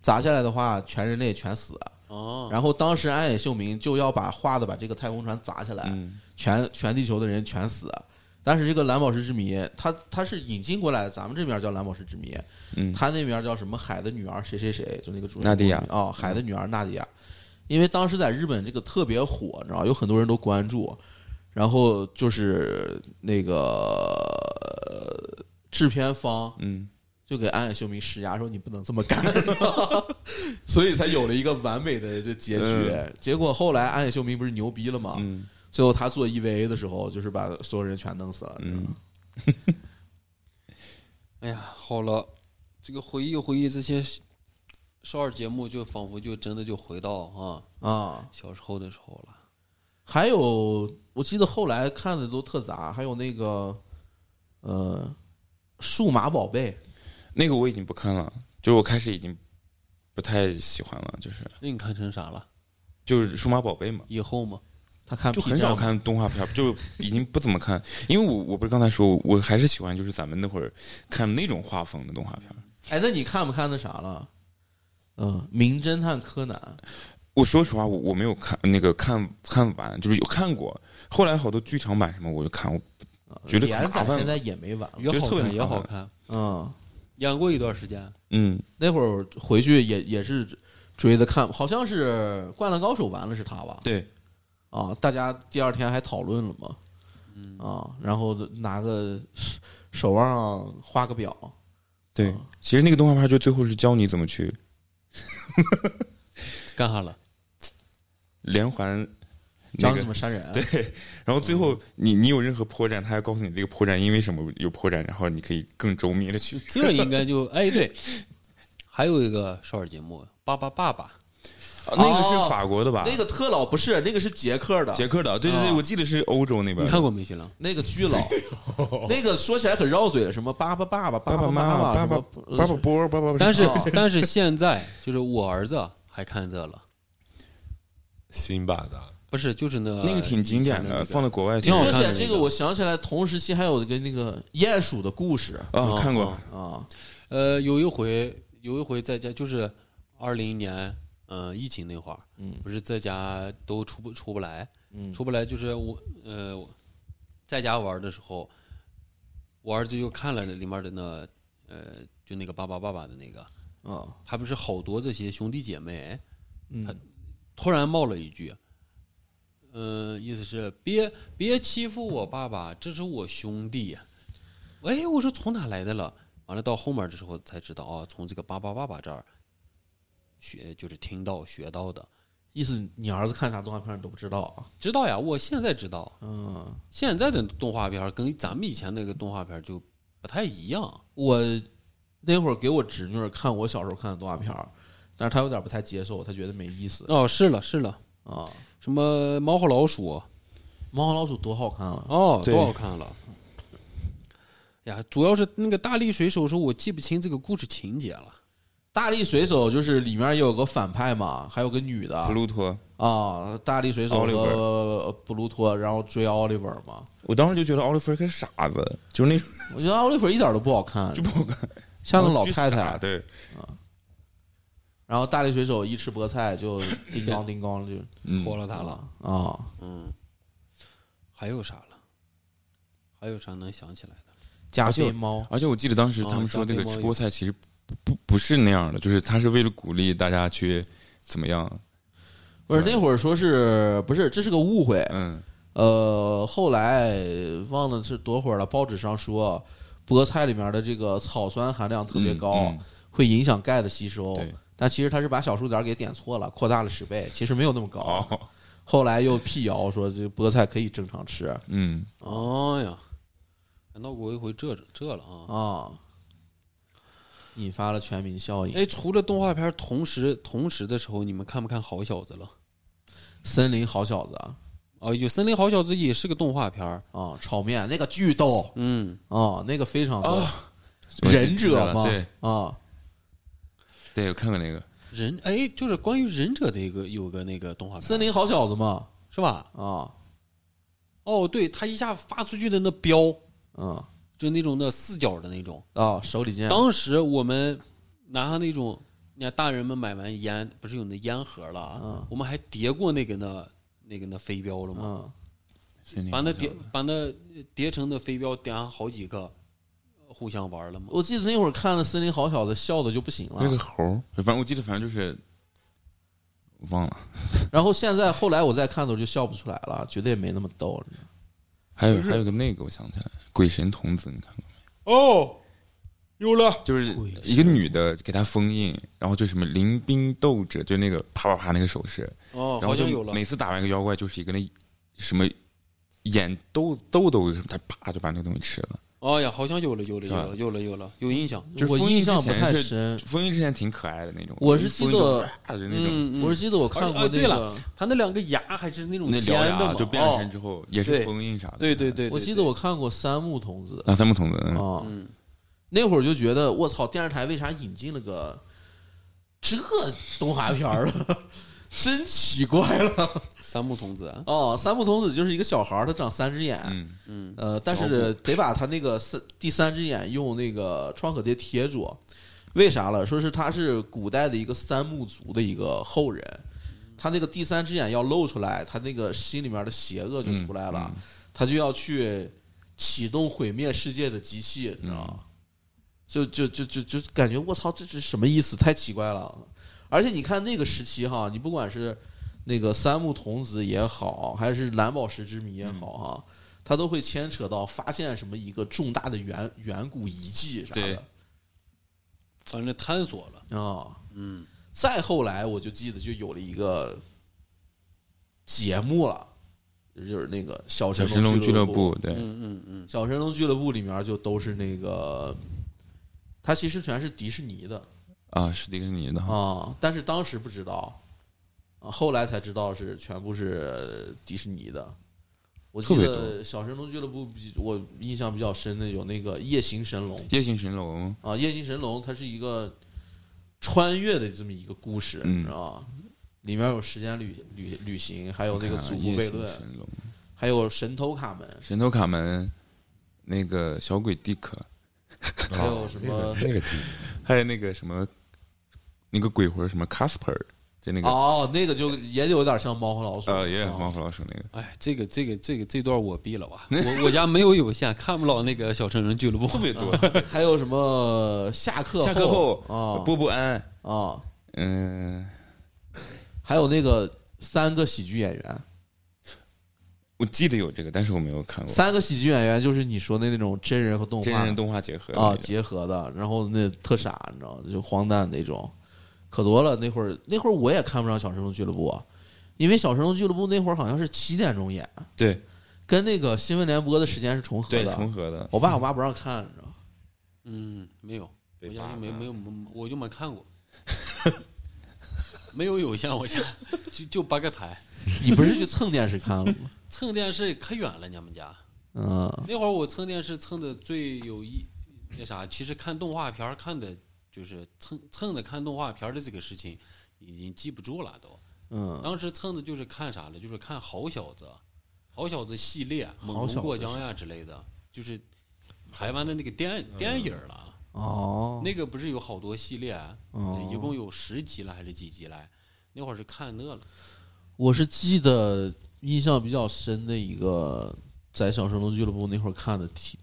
砸下来的话，全人类全死。哦，然后当时安野秀明就要把画的把这个太空船砸下来，嗯全全地球的人全死。但是这个蓝宝石之谜，它它是引进过来的，咱们这边叫蓝宝石之谜，嗯他那边叫什么海的女儿谁谁谁，就那个主人纳迪亚嗯哦，海的女儿纳迪亚，因为当时在日本这个特别火，你知道，有很多人都关注，然后就是那个呃制片方嗯，就给安野秀明施压，说你不能这么干， 所以才有了一个完美的这结局。结果后来安野秀明不是牛逼了吗？嗯最后他做 EVA 的时候，就是把所有人全弄死了。你知道吗哎呀，好了，这个回忆回忆这些少儿节目，就仿佛就真的就回到啊嗯啊，小时候的时候了。还有，我记得后来看的都特杂，还有那个，呃，数码宝贝，那个我已经不看了，就是我开始已经不太喜欢了，就是那你看成啥了？就是数码宝贝嘛。以后吗？他看就 B 很少站吗，看动画片儿，就已经不怎么看，因为我我不是刚才说，我还是喜欢就是咱们那会儿看那种画风的动画片儿。哎，那你看不看那啥了？嗯，《名侦探柯南》我说实话，我我没有看那个看看完，就是有看过，后来好多剧场版什么我就看，我啊觉得可麻连载烦了现在也没完了。也觉得好特别看，也麻烦好看，嗯，演过一段时间。嗯那会儿回去也也是追的看，好像是《灌篮高手》完了是他吧？对，啊，大家第二天还讨论了嘛，嗯啊，然后拿个手手腕上画个表，对啊，其实那个动画片就最后是教你怎么去干啥了？连环那教个你怎，么删人，然后最后你你有任何破绽，他要告诉你这个破绽因为什么有破绽，然后你可以更周密的去。这应该就哎对，还有一个少儿节目《爸爸爸爸》，啊那个是法国的啊吧？哦那个特老不是，那个是捷克的，捷克的，对对对，啊我记得是欧洲那边。你看？过没，徐浪？那个巨 老，那个说起来很绕嘴的，什么爸爸爸爸爸爸爸妈妈爸什爸么呃爸爸波爸爸，但是哦但是现在就是我儿子还看这了，新版的，不是就是那那个挺经典呃以前那的，个放到国外去挺好说看起来的那这个，个我想起来同时期还有一个那个鼹鼠的故事啊，看过。啊，呃，有一回，有一回在家，就是二零年，呃，疫情那会儿，嗯不是在家都出不出不来，嗯出不来，就是我，呃，我在家玩的时候，我儿子就看了里面的那，呃，就那个爸爸爸爸的那个，啊，他不是好多这些兄弟姐妹，嗯突然冒了一句，嗯、意思是别别欺负我爸爸，这是我兄弟。哎，我说从哪来的了？完了到后面的时候才知道啊，从这个爸爸爸爸这儿学就是听到学到的，意思你儿子看啥动画片你都不知道啊？知道呀。我现在知道，嗯，现在的动画片儿跟咱们以前那个动画片儿就不太一样。我那会儿给我侄女儿看我小时候看的动画片儿，但是她有点不太接受，她觉得没意思哦，是了是了，啊。什么猫和老鼠，猫和老鼠多好看啊！哦，对多好看了！呀，主要是那个大力水手说，我记不清这个故事情节了。大力水手就是里面也有个反派嘛，还有个女的普鲁托，啊。大力水手 Oliver 和布鲁托，然后追奥利弗嘛。我当时就觉得奥利弗跟傻子，就是那种我觉得奥利弗一点都不好看，就不好看。像个然后老巨太啊傻太，对，然后大力水手一吃菠菜就叮当叮当就嗯，活了他打了。了啊。嗯，还有啥了？还有啥能想起来的？加而且菲猫，而且我记得当时他哦们说加那菲个猫吃也菠菜其实不不不是那样的，就是他是为了鼓励大家去怎么样，不是那会儿说是不是这是个误会？嗯，呃，后来忘了是多会儿了，报纸上说菠菜里面的这个草酸含量特别嗯高，哦嗯会影响钙的吸收。对但其实他是把小数点给点错了，扩大了十倍，其实没有那么高。哦， 后来又辟谣说这菠菜可以正常吃嗯，哦呀，还闹哎过一回这这了啊！啊，引发了全民效应。哎，除了动画片，同时同时的时候，你们看不看《好小子》了？森林好小子啊啊，有《森林好小子》也是个动画片儿，啊，炒面那个巨逗嗯，啊，那个非常逗，我记忍记者得了嘛哦对啊，对，我看过那个，忍哎，就是关于忍者的一个有个那个动画片儿，森林好小子嘛是吧？啊哦，对，他一下发出去的那镖，嗯就那种那四角的那种。啊，手嗯里剑当时我们拿上那种，你看大人们买完烟，不是有那烟盒了啊，嗯我们还叠过那个那那个那飞镖了嘛，嗯森林把好那像叠把那叠成的飞镖叠上好几个，互相玩了嘛。我记得那会儿看的《森林好小子》，笑的就不行那个了。猴儿，反正我记得，反正就是忘了，然后现在后来我再看的时候就笑不出来了，觉得也没那么逗。你知道吗还有还有个那个，我想起来了，鬼神童子，你看过吗？哦，有了，就是一个女的给她封印，然后就什么临兵斗者，就那个啪啪啪那个手势，哦，然好后就像有了每。次打完一个妖怪，就是一个那什么眼豆豆豆什么，他啪就把那个东西吃了。哎呀，好像有了，有了，有是吧嗯了，有了，有了，有印象。就是我封印印之象不前太是深，封印之前挺可爱的那种，我是封记印得之后啪就那种，嗯，我嗯是记得我看过而且那哎对了个，他那两个牙还是那种那尖獠的嘛，牙就变了哦身之后也对是嗯封印啥的。对对对，我对记得我看过三木童子那三木童子，嗯啊，嗯，那会儿就觉得我操，电视台为啥引进了个这动画片儿了？ 真奇怪了 三木童子啊，哦！三木童子就是一个小孩儿，他长三只眼，嗯，嗯，呃，但是得把他那个三第三只眼用那个创可贴贴住，为啥了？说是他是古代的一个三木族的一个后人，他那个第三只眼要露出来，他那个心里面的邪恶就出来了，他就要去启动毁灭世界的机器，你知道吗？就就就就就感觉我操，这是什么意思？太奇怪了！而且你看那个时期哈，你不管是那个三木童子也好，还是蓝宝石之谜也好哈，嗯它都会牵扯到发现什么一个重大的远远古遗迹啥对的反正探索了，啊、嗯，再后来，我就记得就有了一个节目了，就是那个小小神神龙俱乐乐部，，对，嗯嗯嗯，小神龙俱乐部里面就都是那个，它其实全是迪士尼的啊，是迪士尼的哈，啊，但是当时不知道，啊后来才知道是全部是迪士尼的。我记特别得小神龙俱乐部比，我印象比较深的有那个夜行神龙夜行神龙，啊，夜行神龙它是一个穿越的这么一个故事，嗯你知道吧？里面有时间旅旅旅行，还有那个看啊祖父夜悖行论，神龙，还有神偷卡门，神偷卡门，那个小鬼迪克，啊还有什么那个记忆还有那个什么那个鬼魂什么 Casper，就那个哦，那个就也有点像猫和老鼠，呃，也有啊猫和老鼠那个。哎，这个这个这个这段我毙了吧，我我家没有有线，看不了那个小成人俱乐部，特别多，还有什么下课下课后啊波波安，啊，嗯，还有那个三个喜剧演员，我记得有这个，但是我没有看过。三个喜剧演员就是你说的那种真人和动哦真画人动画结合的啊那种结合的，然后那特傻，你知道吗，就荒诞那种，可多了。那会儿那会儿我也看不上《小神龙俱乐部》，啊因为《小神龙俱乐部》那会儿好像是七点钟演，对跟那个新闻联播的时间是重合对的。哦重合的，我爸我妈不让看，你知道吗 嗯，没有，我被家扒就没了没有，我就没看过，没有有线，我家就就八个台，你不是去蹭电视看了吗？蹭电视可远了，你们家嗯，那会儿我蹭电视蹭的最有意那啥，其实看动画片儿看的就是蹭蹭的看动画片儿的这个事情已经记不住了都。嗯，当时蹭的就是看啥了，就是看《好小子》，《好小子》系列，《好猛小子龙过江》呀之类的，就是台湾的那个电电影儿了啊。哦，那个不是有好多系列啊，哦一共有十集了还是几集来？那会儿是看那了，我是记得印象比较深的一个，在小神龙俱乐部那会儿看的挺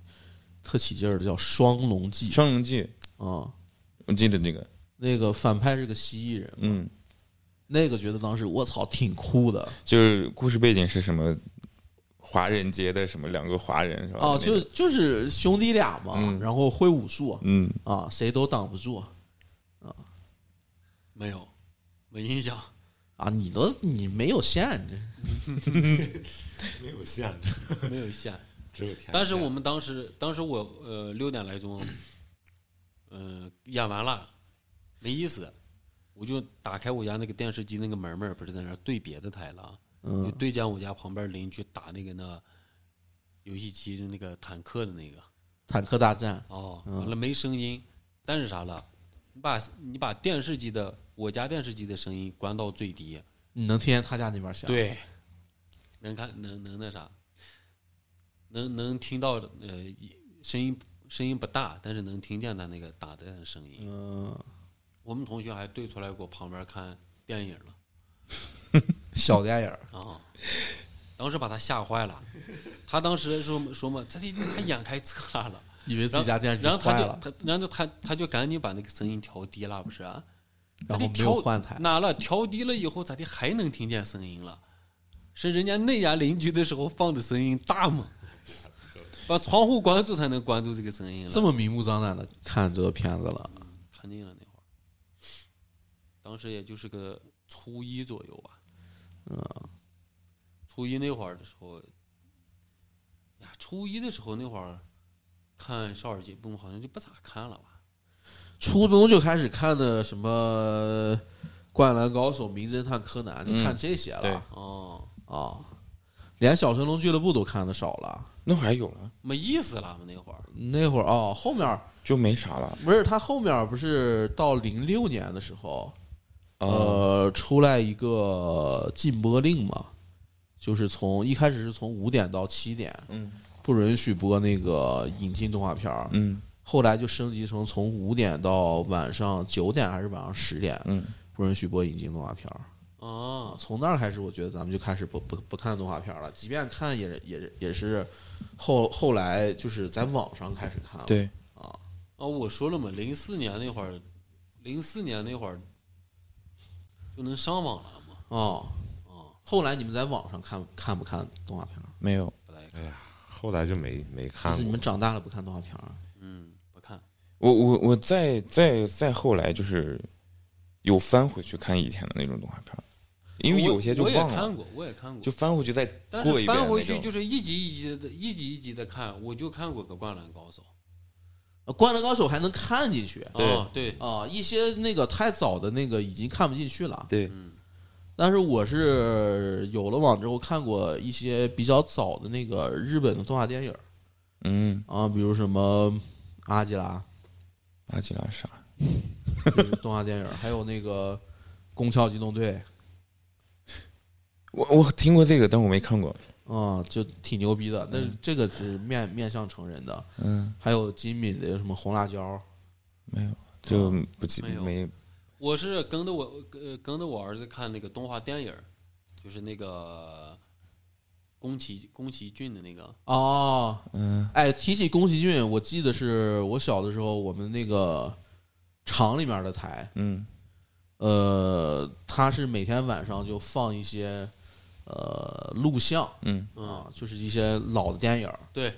特起劲儿的，叫《双龙记》《双龙记》，啊、我记得这个，那个反派是个蜥蜴人，嗯，那个觉得当时我操挺酷的就是故事背景是什么？华人街的什么两个华人是啊吧？哦，那就个是就是兄弟俩嘛，嗯然后会武术嗯，啊，谁都挡不住没有，没印象。 啊，你都你没有线，你这 没有限制，没有线。只有天。但是我们当时，当时我呃六点来钟，呃演完了，没意思，我就打开我家那个电视机那个门门儿，不是在那儿对别的台了啊，就对见我家旁边邻居打那个那游戏机的那个坦克的那个，坦克大战哦，完了没声音，但是啥了？你把你把电视机的我家电视机的声音关到最低，你能听见他家那边响？，对，能看能能那啥，能能听到呃一声音声音不大，但是能听见他那个打的声音。嗯、我们同学还对出来过旁边看电影了小电影儿啊，当时把他吓坏了。他当时说说嘛，这他眼开侧了。以为自然己家后电视然后他坏就了，他，然后他他就赶紧把那个声音调低了，不是、啊？然他后得没调有换台，哪了？调低了以后，咋的还能听见声音了？是人家那家邻居的时候放的声音大吗？把窗户关住才能关住这个声音这了。么明目张胆的看这个片子了。看腻了那会儿，当时也就是个初一左右吧。嗯初一那会儿的时候，呀，初一的时候那会儿看少儿节目好像就不咋看了吧？初中就开始看的什么《灌篮高手》《名侦探柯南》，就看这些了、嗯对哦，啊。连《小神龙俱乐部》都看的少了，那会儿还有了，没意思了嘛那会儿。那会儿哦，后面儿就没啥了。不是他后面儿不是到零六年的时候，哦呃，出来一个禁播令嘛，就是从一开始是从五点到七点，嗯，不允许播那个引进动画片儿，嗯后来就升级成从五点到晚上九点还是晚上十点，嗯，不允许播引进动画片儿。啊哦，从那儿开始，我觉得咱们就开始不不不看动画片了，即便看也也也是后后来就是在网上开始看了。对，啊，啊，我说了嘛，零四年那会儿，零四年那会儿就能上网了嘛。哦，啊，后来你们在网上看看不看动画片儿？没有。不太哎看，呀，后来就没没就看是你过们。长大了不看动画片儿？啊嗯，不看。我我我再再再后来就是有翻回去看以前的那种动画片儿，因为我有些就我也忘看了，过，我也看过，就翻回去再但过是一遍翻回那去种就。是一集一集的，一集一集的看，我就看过个《灌篮高手呃灌篮高手还能看进去》。对啊，对，啊，一些那个太早的那个已经看不进去了。对，但是我是有了网之后看过一些比较早的那个日本的动画电影儿嗯，啊，比如什么《阿基拉阿基拉啥？》就是动画电影儿，还有那个《宫壳机动队我我听过这个，但我没看过。》啊，就挺牛逼的。那这个是面面向成人的，嗯，还有金敏的什么《红辣椒》没有，就不记哦没有没我是跟着我呃跟着我儿子看那个动画电影儿，就是那个宫崎宫崎骏的那个，哦，嗯哎，提起宫崎骏，我记得是我小的时候，我们那个厂里面的台，嗯呃，他是每天晚上就放一些呃录像嗯啊嗯，，就是一些老的电影儿。对，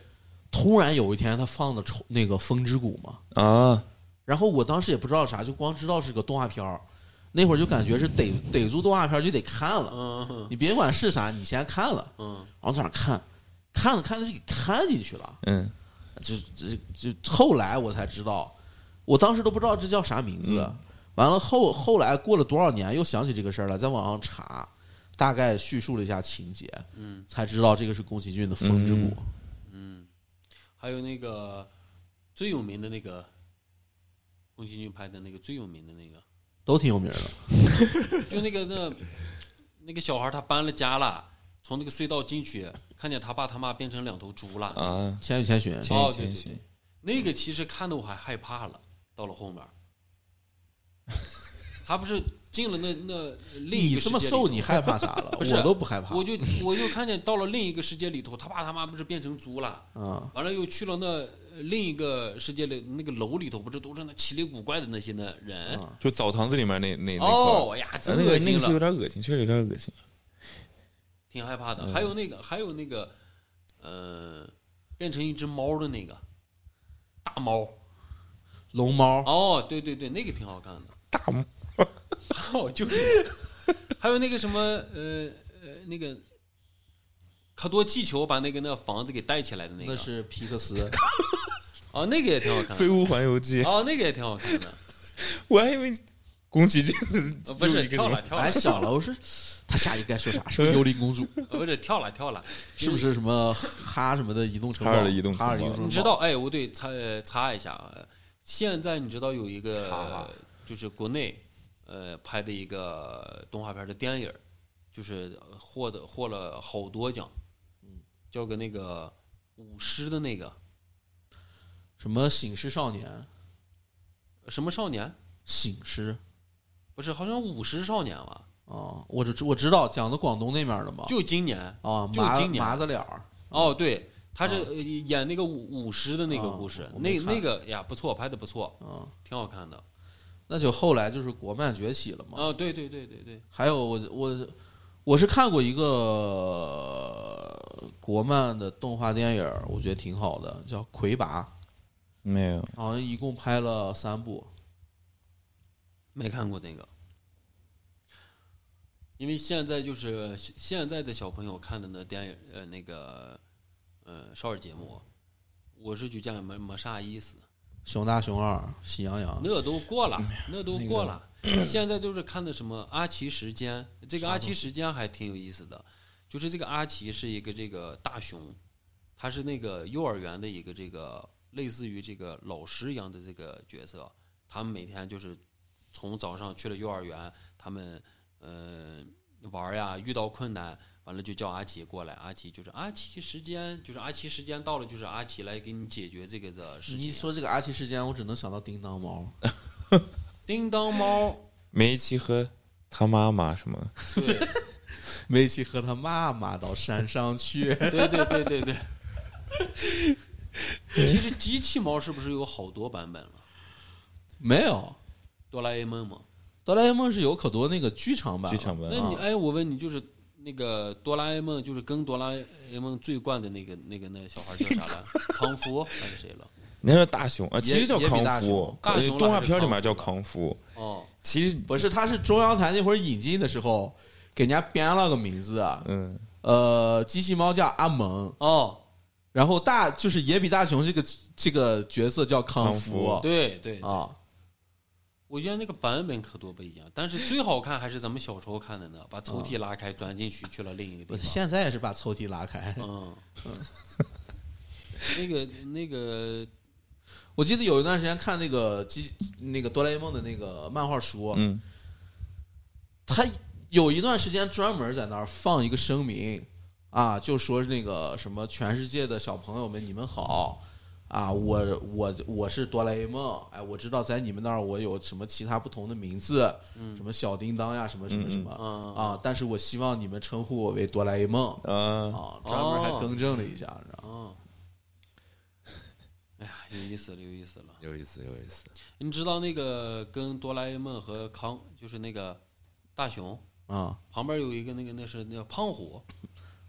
突然有一天，他放的重那个《风之谷》嘛，啊，然后我当时也不知道啥，就光知道是个动画片儿。那会儿就感觉是逮逮住动画片儿就得看了，嗯你别管是啥，你先看了，嗯，然后在那儿看，看着看着就给看进去了。嗯就就就后来我才知道，我当时都不知道这叫啥名嗯字。完了后后来过了多少年，又想起这个事儿了，在网上查，大概叙述了一下情节，嗯，才知道这个是宫崎骏的《风之谷》还有那个最有名的那个宫崎骏拍的那个最有名的那个，都挺有名的。就那个那那个小孩他搬了家了，从那个隧道进去，看见他爸他妈变成两头猪了。啊， 《千与千寻》千哦与，对千对寻对，那个其实看的我还害怕了，到了后 面儿，他不是进了那那另一你个这么世界里瘦，头你害怕啥了？ 不是我都不害怕。我就我就看见到了另一个世界里头，他爸他妈不是变成猪了，啊，完了又去了那呃另一个世界里那个楼里头，不是都是那奇里古怪的那些那人。啊就澡堂子里面那那那块儿哦哎呀，呃真那恶个那心个是有了，点恶心，确实有点恶心。挺害怕的。还有那个，还有那个，呃，变成一只猫的那个大猫。龙猫哦，对对对，那个挺好看的。 大猫哦，就是， 还有那个什么，呃呃，那个可多气球把那个那房子给带起来的那个，那是皮克 斯，哦，那个也挺好看 《飞的，屋环游记》哦，那个也挺好看的，我还以为宫崎骏呃不又是一个跳什么了跳咱了，想了，我说他下一该说啥？是不是幽灵公 主？呃不是跳了跳了，是不是什么哈什么的移动城堡？哈尔的移动城堡哈尔移动城堡你知道，？哎，我得插呃插一下啊，现在你知道有一个、就是国内呃拍的一个动画片的电影儿，就是获得获了好多奖，嗯叫个那个舞狮的那个什么醒狮少年？什么少年，醒狮不是好像舞狮少年吧？啊，我只我知道讲的广东那边的嘛。就今年啊，就麻今年麻子脸儿，哦，对，他是呃演那个舞舞狮的那个啊故事，我没那看那个呀不错，拍的不错，啊，挺好看的。那就后来就是国漫崛起了嘛。哦，对对对对对，还有我我我是看过一个呃国漫的动画电影儿，我觉得挺好的，叫《魁拔没有，》，好像一共拍了三部。没看过那个。因为现在就是现现在的小朋友看的那电影，呃，那个，呃，少儿节目，我是觉得没没啥意思。熊大、熊二、喜羊羊，那都过了，嗯那都过了。现在就是看的什么阿奇时间，这个阿奇时间还挺有意思的，就是这个阿奇是一个这个大熊，他是那个幼儿园的一个这个类似于这个老师一样的这个角色，他们每天就是从早上去了幼儿园，他们呃玩儿呀，遇到困难。完了就叫阿奇过来，阿奇就是阿奇时间，就是阿奇时间到了，就是阿奇来给你解决这个的事情。你一说这个阿奇时间，我只能想到叮当猫。叮当猫，梅奇和他妈妈什么对， 梅奇和他妈妈到山上去，对对对对对。其实机器猫是不是有好多版本了？ 没有。哆啦 A 梦嘛。哆啦 A 梦是有可多那个剧场版剧了，场版啊那啊你哎，我问你，就是那个哆啦 A 梦，就是跟哆啦 A 梦最惯的那个那个那小孩叫啥来？康夫还是谁 了？那叫大熊啊，也其实叫也比康大夫熊，大呃熊了动画还是片里康面夫叫康夫，哦，其实不是，他是中央台那会儿引进的时候给人家编了个名字，啊嗯，呃，机器猫叫阿蒙，哦，然后大就是野比大雄这个这个角色叫康康夫，哦对对，啊，我觉得那个版本可多不一样，但是最好看还是咱们小时候看的呢，把抽屉拉开，钻进去去了另一个哦我地方。现在也是把抽屉拉开。嗯， 那个那个我记得有一段时间看那个机那个哆啦 A 梦的那个漫画书，啊嗯，他有一段时间专门在那儿放一个声明啊，就说那个什么全世界的小朋友们，你们好。啊，我我我是哆啦 A 梦，哎，我知道在你们那儿我有什么其他不同的名字，什么小叮当呀，什么什么什么、嗯啊，但是我希望你们称呼我为哆啦 A 梦，啊，啊，专门还更正了一下，你知道吗？哦， 哎呀，有意思了，有意思了。有意思，有意思。你知道那个跟哆啦 A 梦和康，就是那个大雄啊旁边有一个那个那是那个胖虎，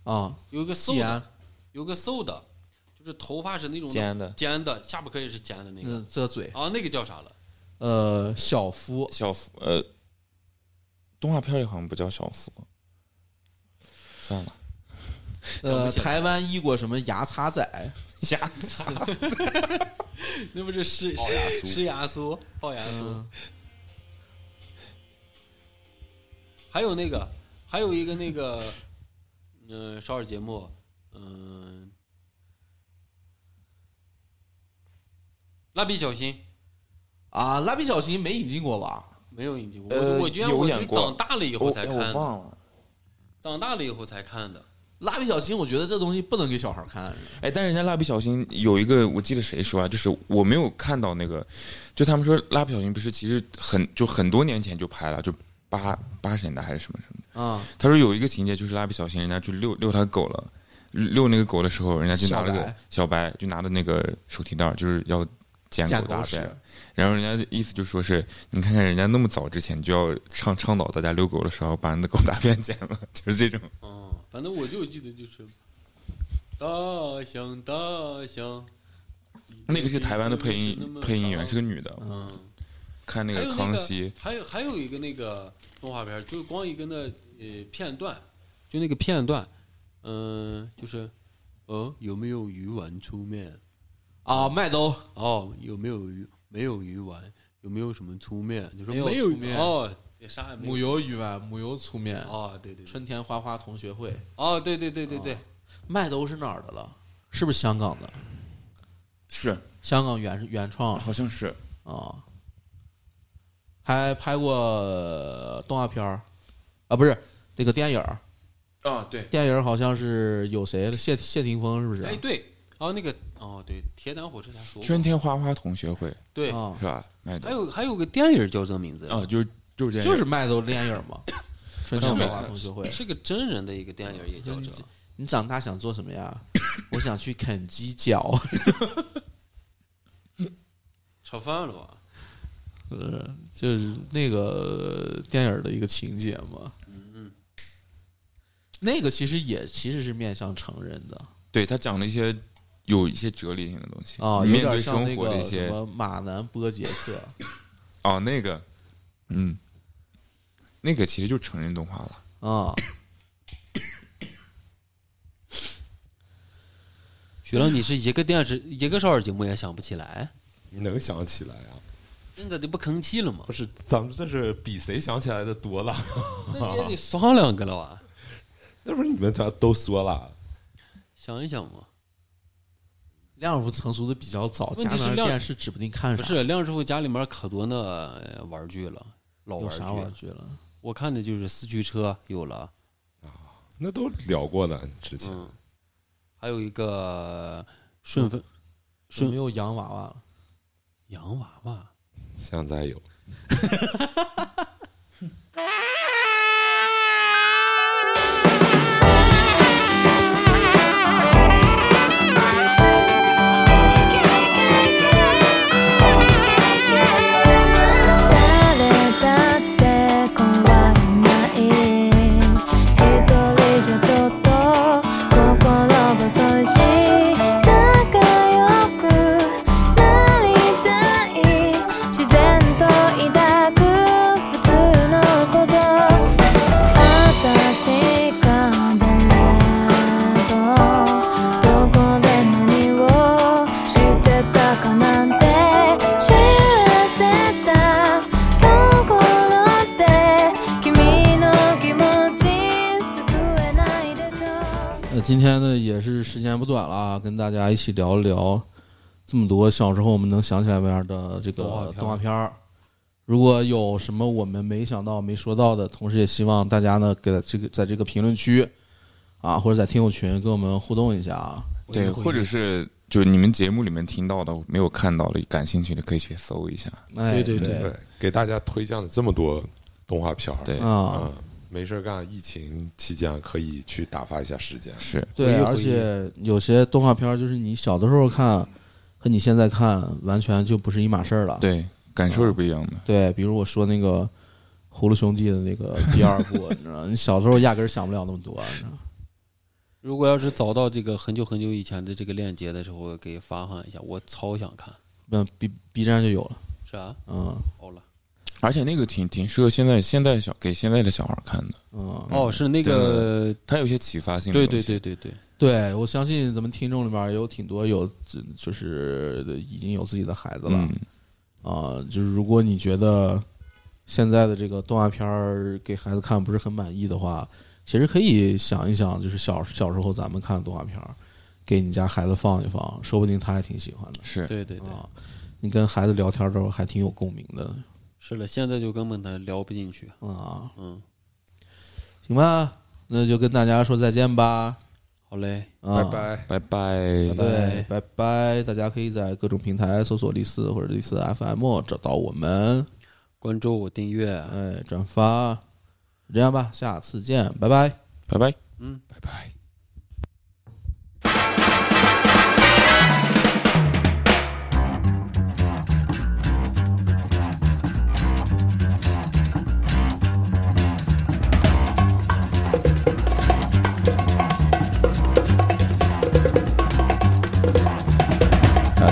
啊，有一个瘦既然哦的，有个瘦的，就是头发是那种尖的尖的，下巴颏也是尖的那个嗯，这嘴，啊，那个叫啥了？呃，小 夫小夫呃，动画片里好像不叫小夫，算了，想呃，不起来台湾译过什么牙擦仔，瞎那不是是龅牙是苏是牙苏，龅牙嗯苏，还有那个，还有一个那个，嗯、少儿节目，嗯、蜡笔小新啊，蜡笔小新没引进过吧？没有引进过，呃我我觉得有我演是过长大了以后我才我看的，忘了，长大了以后才看的。蜡笔小新，我觉得这东西不能给小孩看。哎，但人家蜡笔小新有一个，我记得谁说啊，就是我没有看到那个，就他们说蜡笔小新不是其实很就很多年前就拍了，就八八十年代还是什么什么的。啊，他说有一个情节就是蜡笔小新人家去遛遛他的狗了，遛那个狗的时候，人家就拿了小个白小白就拿着那个手提袋儿，就是要捡加狗大狗便屎。，然后人家的意思就说是，你看看人家那么早之前就要倡倡导大家遛狗的时候把你的狗大便捡了， 就是这种。嗯，反正我就记得就是大象大象，那个是台湾的配音配音员，是个女的，嗯，看那还有个那康熙，还有还有一个那个动画片儿，就是光一个那呃片段，就那个片段，嗯、就是呃有没有鱼丸粗面？啊，麦兜哦，有没有鱼？没有鱼丸，有没有什么粗面？就说没有没有粗面哦，也啥也没母有。油鱼丸，母油粗面，哦，对对，对春天花花同学会，哦，对对对对对，麦兜是哪儿的了？是不是香港的？是香港原原创好像是啊，还拍过动画片儿啊，不是那个电影儿，啊，对，电影儿好像是有谁谢谢霆锋是不是？哎对，哦那个哦对，铁胆火车侠说过春天花花同学会对，啊是，吧？麦兜还有还有个电影叫这名字哦啊，就是就是这样，就是麦兜电影儿 嘛，春天是花花的同学会。是个真人的一个电影，也叫这。你长大想做什么呀？我想去啃鸡脚。炒饭了吧？呃，就是那个电影儿的一个情节嘛。嗯那个其实也其实是面向成人的对他讲了一些有一些哲理性的东西啊，有面点对像生那活的个一什些么马南波杰克。哦，那个，嗯，那个其实就是成人动画了。啊，雪亮，你是一个电视一个少儿节目也想不起来，能想起来啊？那咋就不吭气了嘛不？是，咱们这是比谁想起来的多了。那你也得 商量个了吧？那不是你们都都说了，想一想嘛。亮夫成熟的比较早，问家题是长亮电视指不定看啥，不是亮师傅家里面可多那呃玩具了，老有玩具啥玩了。具了？我看的就是四驱车有了，那都聊过了之前。嗯，还有一个顺风有顺没有洋娃娃了？洋娃娃，现在有，誰だってこんがりない一人じゃちょっと心細いし仲良くなりたい自然と抱く普通のこと私がボレードどこで何をしてたかなんて知らせたところで君の気持ち救えないでしょう呃，今天呢也是时间不短了啊，跟大家一起聊一聊这么多小时候我们能想起来玩的这个动画片儿。如果有什么我们没想到、没说到的，同时也希望大家呢给这个在这个评论区啊，或者在听友群跟我们互动一下啊。对，或者是就是你们节目里面听到的没有看到的，感兴趣的可以去搜一下。哎，对对对，给大家推荐了这么多动画片儿，对，啊，嗯，没事儿干，疫情期间可以去打发一下时间。是对，回忆而回忆且有些动画片儿就是你小的时候看和你现在看完全就不是一码事儿了。对，感受是不一样的。对，比如我说那个《葫芦兄弟》的那个第二部，你知道，你小时候压根儿想不了那么多，你知道。如果要是找到这个很久很久以前的这个链接的时候，给发上一下，我超想看，那 B B 站就有了，是啊，嗯好了，而且那个挺挺适合现在现在小给现在的小孩看的，嗯，哦，是那个，它有一些启发性对的东对西。对对对，对我相信咱们听众里面也有挺多有自就是已经有自己的孩子了啊、嗯，就是如果你觉得现在的这个动画片儿给孩子看不是很满意的话，其实可以想一想，就是小小时候咱们看的动画片儿，给你家孩子放一放，说不定他还挺喜欢的是对对对，啊。你跟孩子聊天的时候还挺有共鸣的是了，现在就根本的聊不进去，啊。嗯，行吧，那就跟大家说再见吧。好嘞，啊拜拜。拜拜。对，拜拜！大家可以在各种平台搜索“丽思”或者“丽思 FM” 找到我们，关注我，订阅，嗯哎，转发，这样吧，下次见，拜拜。拜拜。嗯，拜拜。 I